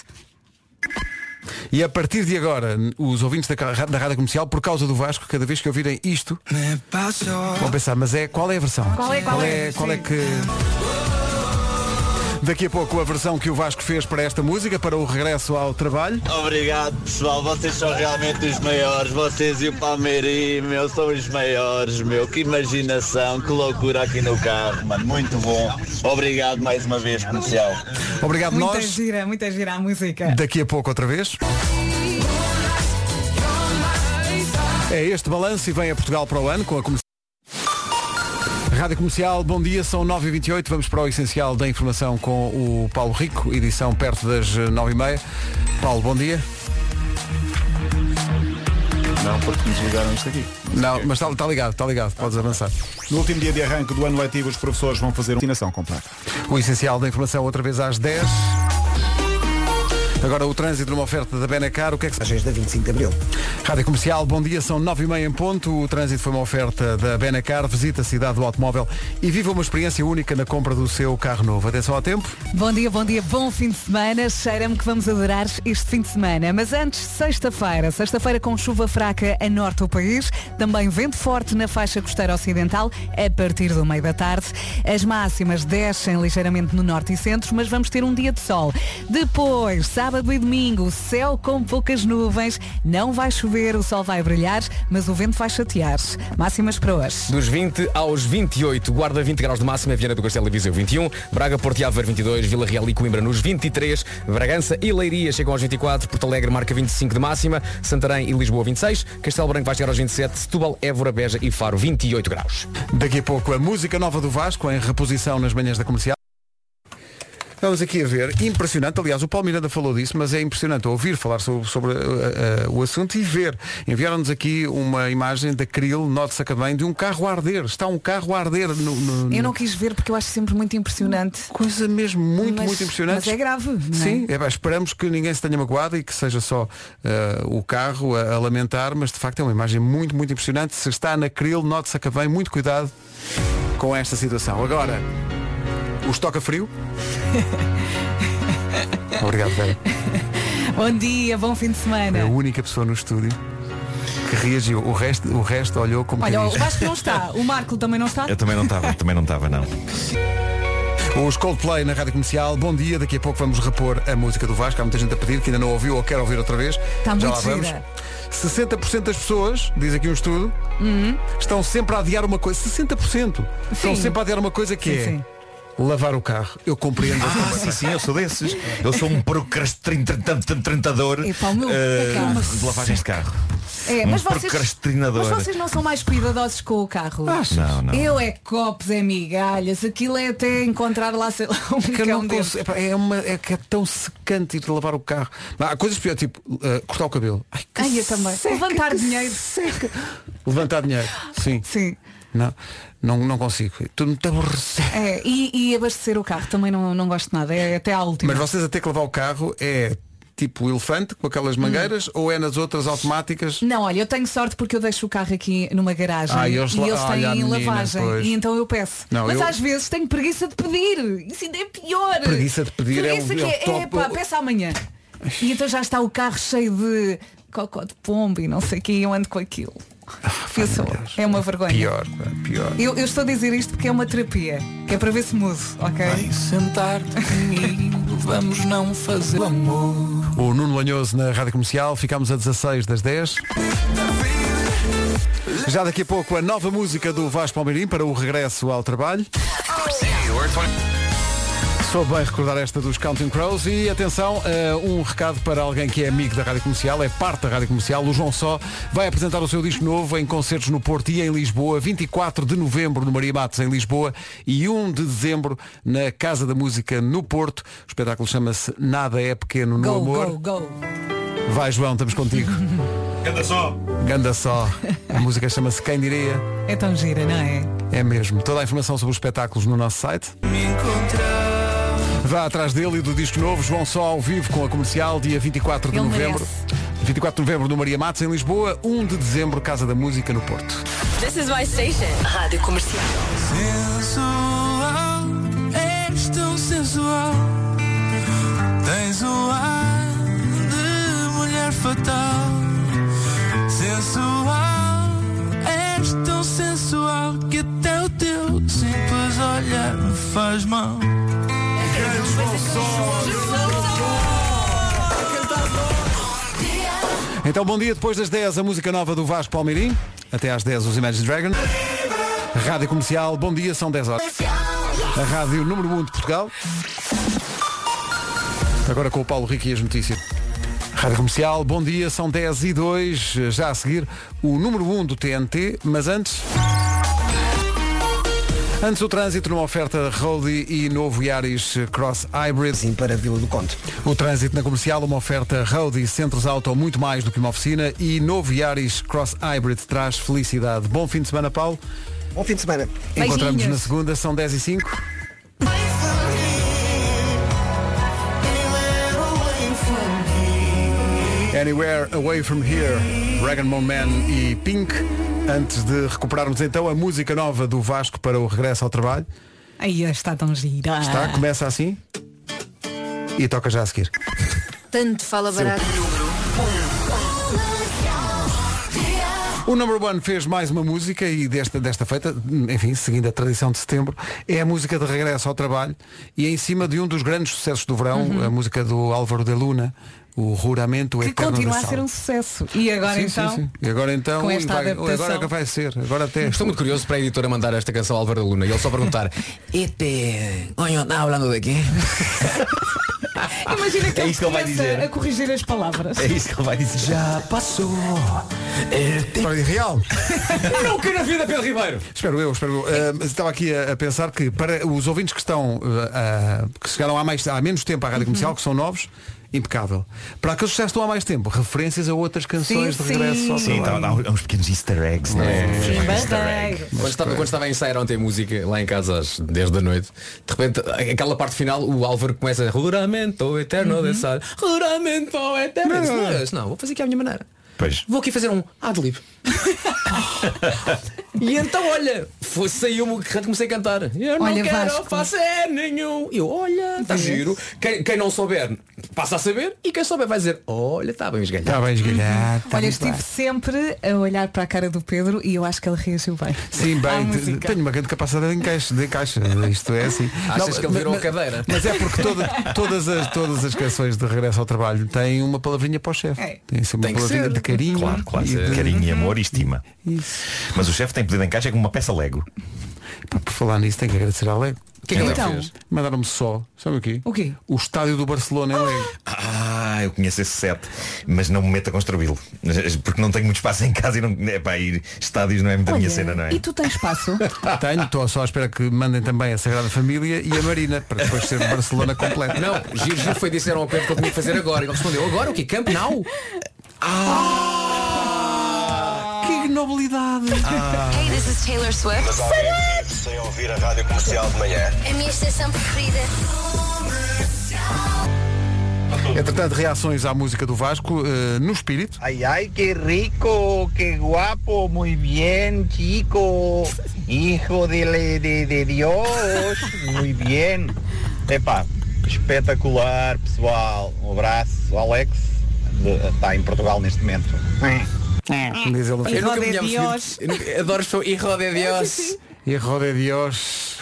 B: E a partir de agora, n- os ouvintes da, ca- da Rádio Comercial, por causa do Vasco, cada vez que ouvirem isto, vão pensar, mas é, qual é a versão?
D: Qual é, qual é?
B: qual é
D: Sim.
B: que... Daqui a pouco a versão que o Vasco fez para esta música, para o regresso ao trabalho.
Q: Obrigado pessoal, vocês são realmente os maiores, vocês e o Palmeirim, meu, são os maiores, meu, que imaginação, que loucura aqui no carro, mano, muito bom. Obrigado mais uma vez, comercial.
B: Obrigado
D: muita
B: nós.
D: gira, muita gira a música.
B: Daqui a pouco outra vez. É este balanço e vem a Portugal para o ano com a comercial. Rádio Comercial, bom dia, são 9h28, vamos para o essencial da informação com o Paulo Rico, edição perto das eh, 9h30. Paulo, bom dia.
H: Não, porque nos ligaram isto aqui.
B: Não, mas está está ligado, está ligado, podes avançar.
H: No último dia de arranque do ano letivo, os professores vão fazer uma ensinação completa.
B: O essencial da informação outra vez às 10. Agora o trânsito numa oferta da Benacar, o que é que se...
F: Agência da 25 de Abril.
B: Rádio Comercial, bom dia, são 9h30 em ponto. O trânsito foi uma oferta da Benacar, visita a cidade do automóvel e viva uma experiência única na compra do seu carro novo. Atenção ao tempo.
D: Bom dia, bom dia, bom fim de semana. Cheira-me que vamos adorar este fim de semana. Mas antes, sexta-feira. Sexta-feira com chuva fraca a norte do país. Também vento forte na faixa costeira ocidental a partir do meio da tarde. As máximas descem ligeiramente no norte e centro, mas vamos ter um dia de sol. Depois, sábado e domingo, céu com poucas nuvens. Não vai chover, o sol vai brilhar, mas o vento vai chatear. Máximas para hoje.
C: Dos 20 aos 28, Guarda 20 graus de máxima, Viana do Castelo e Viseu 21, Braga, Porto e Aveiro 22, Vila Real e Coimbra nos 23, Bragança e Leiria chegam aos 24, Porto Alegre marca 25 de máxima, Santarém e Lisboa 26, Castelo Branco vai chegar aos 27, Setúbal, Évora, Beja e Faro 28 graus.
B: Daqui a pouco a música nova do Vasco em reposição nas manhãs da comercial. Vamos aqui a ver. Impressionante. Aliás, o Paulo Miranda falou disso, mas é impressionante ouvir falar sobre, sobre, uh, uh, o assunto e ver. Enviaram-nos aqui uma imagem da Krill, note-se bem, de um carro a arder. Está um carro a arder no... no-
D: Eu
B: no-
D: não quis ver porque eu acho sempre muito impressionante.
B: Coisa mesmo muito, muito impressionante.
D: Mas é grave. não é?
B: Sim, é pá, esperamos que ninguém se tenha magoado e que seja só eh, o carro a, a lamentar, mas de facto é uma imagem muito, muito impressionante. Se está na Krill, note-se que bem, muito cuidado com esta situação. Agora, o estoca frio. Obrigado, Vera.
D: Bom dia, bom fim de semana.
B: É a única pessoa no estúdio que reagiu. O resto, o resto olhou como
D: Olha,
B: quem
D: o
B: diz.
D: Vasco não está, o Marco também não está.
J: Eu também não estava, também não estava, não.
B: Os Coldplay na Rádio Comercial, bom dia, daqui a pouco vamos repor a música do Vasco, há muita gente a pedir que ainda não ouviu ou quer ouvir outra vez.
D: Está
B: Já
D: Tá muito
B: lá vamos.
D: gira.
B: 60% das pessoas, diz aqui um estudo,
D: Uhum.
B: estão sempre a adiar uma coisa. 60% estão
J: Sim.
B: sempre a adiar uma coisa que
J: Sim,
B: é
J: sim.
B: lavar o carro. Eu compreendo. essa
J: Ah,
B: conversa.
J: sim, sim, eu sou desses. Eu sou um procrastinador
D: Epá, o meu é calma.
J: eh, de lavagens de carro.
D: É, mas
J: um
D: vocês,
J: procrastinador.
D: mas vocês não são mais cuidadosos com o carro.
J: Achas? Não, não.
D: Eu é copos, é migalhas, aquilo é até encontrar lá, sei lá, um
B: Que eu não
D: cão desse.
B: consigo- epá, é, uma, é que é tão secante ir de lavar o carro. Mas Há coisas pior, tipo eh, cortar o cabelo. Ai, que
D: Ai, eu também. Levantar dinheiro.
B: Levantar dinheiro. Sim.
D: Sim.
B: Não, não, não consigo. Tudo me aborrece.
D: É, e, e abastecer o carro também não, não gosto de nada, é até à última.
B: Mas vocês a ter que levar o carro é tipo elefante com aquelas mangueiras ou é nas outras automáticas?
D: Não, olha, eu tenho sorte porque eu deixo o carro aqui numa garagem
B: Ah,
D: e
B: e
D: eles
B: eles lá-
D: têm
B: olha, a menina,
D: lavagem
B: pois.
D: e então eu peço.
B: Não,
D: Mas
B: eu-
D: às vezes tenho preguiça de pedir. Isso ainda é pior.
B: Preguiça de pedir é
D: Preguiça
B: o-
D: que
B: é o
D: é,
B: top.
D: pá, peça amanhã. E então já está o carro cheio de cocó de pombo e não sei o que e eu ando com aquilo. Pensou, é uma vergonha.
B: Ah, Pior, pá, pior.
D: Eu, eu estou a dizer isto porque é uma terapia, que é para ver se mudo, ok? sentar-te comigo, vamos não fazer amor.
B: O Nuno Lanhoso na Rádio Comercial, ficámos a 16 das 10. Já daqui a pouco a nova música do Vasco Palmeirim para o regresso ao trabalho. Sou bem recordar esta dos Counting Crows e atenção, eh, um recado para alguém que é amigo da Rádio Comercial, é parte da Rádio Comercial, o João Só vai apresentar o seu disco novo em concertos no Porto e em Lisboa, 24 de novembro no Maria Matos em Lisboa e 1 de dezembro na Casa da Música no Porto. O espetáculo chama-se Nada é Pequeno no
D: Go,
B: Amor.
D: go, go.
B: Vai João, estamos
D: [LAUGHS]
B: contigo.
J: Anda só.
B: Ganda só. A música chama-se Quem Diria.
D: É tão gira, não é?
B: É mesmo. Toda a informação sobre os espetáculos no nosso site. Vá atrás dele e do disco novo, João Só ao vivo com a comercial, dia 24 de
D: Ele
B: novembro.
D: merece.
B: 24 de novembro no Maria Matos, em Lisboa, 1 de dezembro, Casa da Música, no Porto.
R: This is my station. Rádio Comercial.
P: Sensual, és tão sensual. Tens um ar de mulher fatal. Sensual, és tão sensual que até o teu simples olhar me faz mal.
B: Então, bom dia. Depois das 10, a música nova do Vasco Palmeirim. Até às 10, os Imagine Dragons. Rádio Comercial, bom dia, são 10 horas. A rádio número 1 de Portugal. Agora com o Paulo Rico e as notícias. Rádio Comercial, bom dia, são 10 e 2. Já a seguir, o número 1 do TNT, mas antes... Antes o trânsito numa oferta Roadie e novo Yaris Cross Hybrid. Sim, para a Vila do Conde. O trânsito na comercial, uma oferta Roadie, centros auto muito mais do que uma oficina e novo Yaris Cross Hybrid traz felicidade. Bom fim de semana, Paulo. Bom fim de semana. Encontramos
F: Beijinhos.
B: na segunda, são 10 e 5. Anywhere Away From Here, Dragon Ball Man e Pink. Antes de recuperarmos então a música nova do Vasco para o regresso ao trabalho.
D: Aí está é tão gira.
B: Está, começa assim e toca já a seguir.
R: Tanto fala barato.
B: O Number One fez mais uma música e desta, desta feita, enfim, seguindo a tradição de setembro, é a música de regresso ao trabalho e é em cima de um dos grandes sucessos do verão, a música do Álvaro de Luna, O Ruramento
D: Uhum. Que
B: Eterno
D: continua
B: da
D: a ser
B: Sal.
D: um sucesso. E agora
B: Sim,
D: então.
B: sim, sim. E agora então.
D: com esta
B: vai-
D: adaptação.
B: agora que vai ser. Agora até.
C: Estou muito curioso para a editora mandar esta canção ao Álvaro da Luna e ele só perguntar [LAUGHS] Este, coño, está hablando de quê?
D: Imagina que
C: É
D: ele
C: isso que ele vai
D: começa
C: dizer.
D: a corrigir as
C: [LAUGHS]
D: palavras.
J: É que ele vai dizer.
B: Já passou. História de real.
C: Nunca na vida, Pedro Ribeiro.
B: Espero eu, espero eu. Ah, mas estava aqui a, a pensar que para os ouvintes que estão ah, ah, que chegaram há, mais, há menos tempo à
C: Uhum.
B: rádio comercial, que são novos, impecável. Para aqueles que já estão há mais tempo, referências a outras canções
C: Sim,
B: de regresso.
C: sim.
B: ao
C: Sim,
B: trabalho.
J: Há então, há uns pequenos easter eggs, não é?
C: Sim,
J: Easter
C: bastante.
J: egg.
C: Quando estava, quando estava a ensaiar ontem música lá em casa às 10 da noite, de repente, aquela parte final, o Álvaro começa Ruramento eterno de sal. Ruramento eterno de
P: Uhum. Não.
C: sal. Eu disse, Não, vou fazer aqui à minha maneira.
J: Pois.
C: Vou aqui fazer um
P: [LAUGHS]
C: ad-lib. e então, olha, foi- saiu-me o canto, comecei a cantar. Eu não
P: Olha,
C: quero
P: Vasco. Uhum.
C: fazer nenhum. Eu, olha, está
P: Vês?
C: giro. Quem, quem não souber, passa a saber. E quem souber vai dizer, olha, está bem esgalhado. Está
B: Tá bem esgalhado.
D: Olha, estive sempre a olhar para a cara do Pedro e eu acho que ele reagiu bem.
B: Sim,
D: À
B: bem, te-
D: música.
B: tenho uma grande capacidade de encaixe, de encaixe isto é assim.
C: Achas
B: Não,
C: que ele virou
B: mas-
C: a cadeira?
B: Mas é porque toda- todas, as, todas as canções de regresso ao trabalho têm uma palavrinha para o chefe.
C: É.
B: Tem sempre
J: Tem
B: uma
J: que
B: palavrinha
J: ser.
B: de carinho.
J: Claro, claro.
B: e de-
J: Carinho e amor e estima. Mas o chefe tem poder de encaixe é como uma peça Lego.
B: Pá, por falar nisso, tenho que agradecer à Lego. O
J: que é que a Lego Então? fez?
B: Mandaram-me só, sabe o quê?
D: O quê?
B: O estádio do Barcelona em Lego.
C: [LAUGHS]
J: Ah, eu conheço esse set, mas não me meto a construí-lo. Porque não tenho muito espaço em casa e não. É pá, ir estádios não é muito a minha cena, não é?
D: E tu tens
C: [LAUGHS]
D: espaço?
B: Tenho, estou só à espera que mandem também a Sagrada Família e a Marina, para depois ser Barcelona completo.
C: Não, giro, giro foi disseram ao Pedro que eu tinha que fazer agora. E ele respondeu, agora o quê? Camp now?
B: Que ignobilidade!
C: Ah.
A: Hey, this is Taylor Swift.
S: Mas alguém sem ouvir a rádio comercial de manhã.
A: A minha estação preferida.
B: Entretanto, reações à música do Vasco, eh, no espírito.
O: Ay, ay, qué rico, qué guapo, muy bien, chico. Hijo de, le- de, de Dios, muy bien. Epá, espetacular, pessoal. Um abraço, Alex. de- Está em Portugal neste momento.
B: Diz ele no fim.
C: Eu nunca me lembro de- eu nunca- Adoro o Hijo de Dios.
B: Hijo de Dios.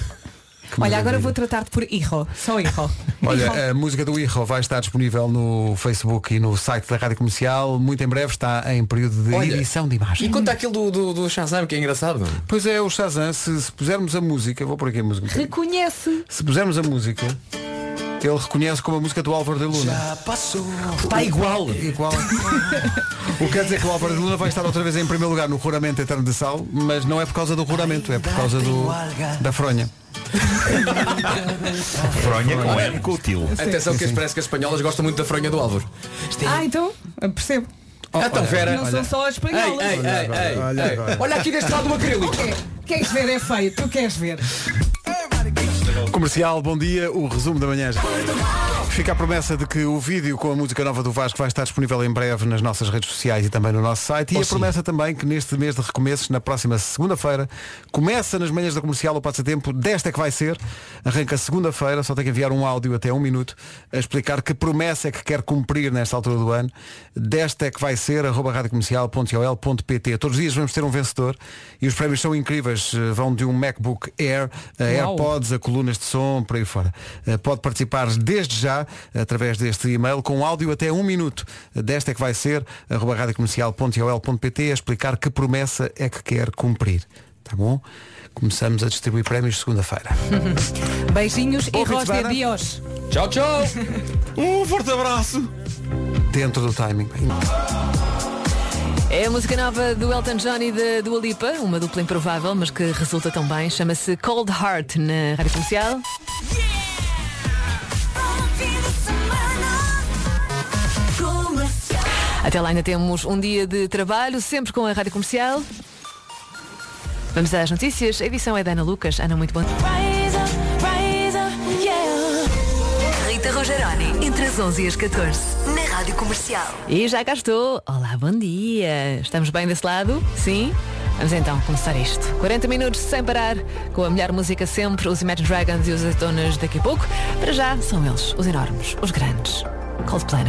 B: Que
D: Olha,
B: maravilha.
D: agora vou tratar-te por hijo.
C: [LAUGHS]
D: Só hijo.
C: eh,
B: Olha, a música do Irro vai estar disponível no Facebook e no site da Rádio Comercial. Muito em breve está em período de
C: Olha,
B: edição de imagem.
C: E conta aquilo do, do, do Shazam, que é engraçado.
B: Pois é, o Shazam, se, se pusermos a música, vou por aqui a música.
D: Reconhece.
B: Se pusermos a música, ele reconhece como a música do Álvaro de Luna. Já
C: passou. Está Tá igual.
B: Igual. [LAUGHS] o que quer dizer que o Álvaro de Luna vai estar outra vez em primeiro lugar no Ruramento Eterno de Sal, mas não é por causa do Ruramento, é por causa do, da fronha.
J: Fronha com
C: Olha,
J: M com o til.
C: Atenção que as- parece que as espanholas gostam muito da fronha do Álvaro.
D: Ah, então, percebo.
B: Oh,
C: Ah, então, Vera.
D: Não
C: Olha.
D: são só as espanholas.
C: Ei, ei, ei, ei,
B: Olha
C: ei.
B: agora.
C: Olha aqui deste lado do acrílico.
D: É, Queres ver é feio, tu queres ver.
B: Comercial, bom dia. O resumo da manhã. já. Fica a promessa de que o vídeo com a música nova do Vasco vai estar disponível em breve nas nossas redes sociais e também no nosso site. E
C: Oh,
B: a
C: sim.
B: promessa também que neste mês de recomeços, na próxima segunda-feira, começa nas manhãs da comercial o passatempo. Desta é que vai ser. Arranca segunda-feira, só tem que enviar um áudio até um minuto a explicar que promessa é que quer cumprir nesta altura do ano. Desta é que vai ser, arroba radiocomercial.ol.pt. Todos os dias vamos ter um vencedor e os prémios são incríveis. Eh, Vão de um MacBook Air a
C: Uau.
B: AirPods. AirPods, a colunas de som, por aí fora. Eh, Pode participar desde já, através deste e-mail, com áudio até um minuto. Desta é que vai ser, arroba radiocomercial.ol.pt, a explicar que promessa é que quer cumprir. Tá bom? Começamos a distribuir prémios segunda-feira.
D: Beijinhos
B: Bom
D: e
B: fim de
D: rosto de
B: semana.
D: adiós.
C: Tchau, tchau.
B: Um forte abraço. Dentro do timing.
R: É a música nova do Elton John e da Dua Lipa, uma dupla improvável, mas que resulta tão bem. Chama-se Cold Heart na rádio comercial. Até lá ainda temos um dia de trabalho, sempre com a rádio comercial. Vamos às notícias. A edição é da Ana Lucas. Ana, muito bom.
A: Rita Rogeroni, entre as 11 e as 14, na Rádio Comercial.
R: E já cá estou. Olá, bom dia. Estamos bem desse lado? Sim? Vamos então começar isto. 40 minutos sem parar, com a melhor música sempre, os Imagine Dragons e os Azeitonas daqui a pouco. Para já, são eles, os enormes, os grandes. Coldplay na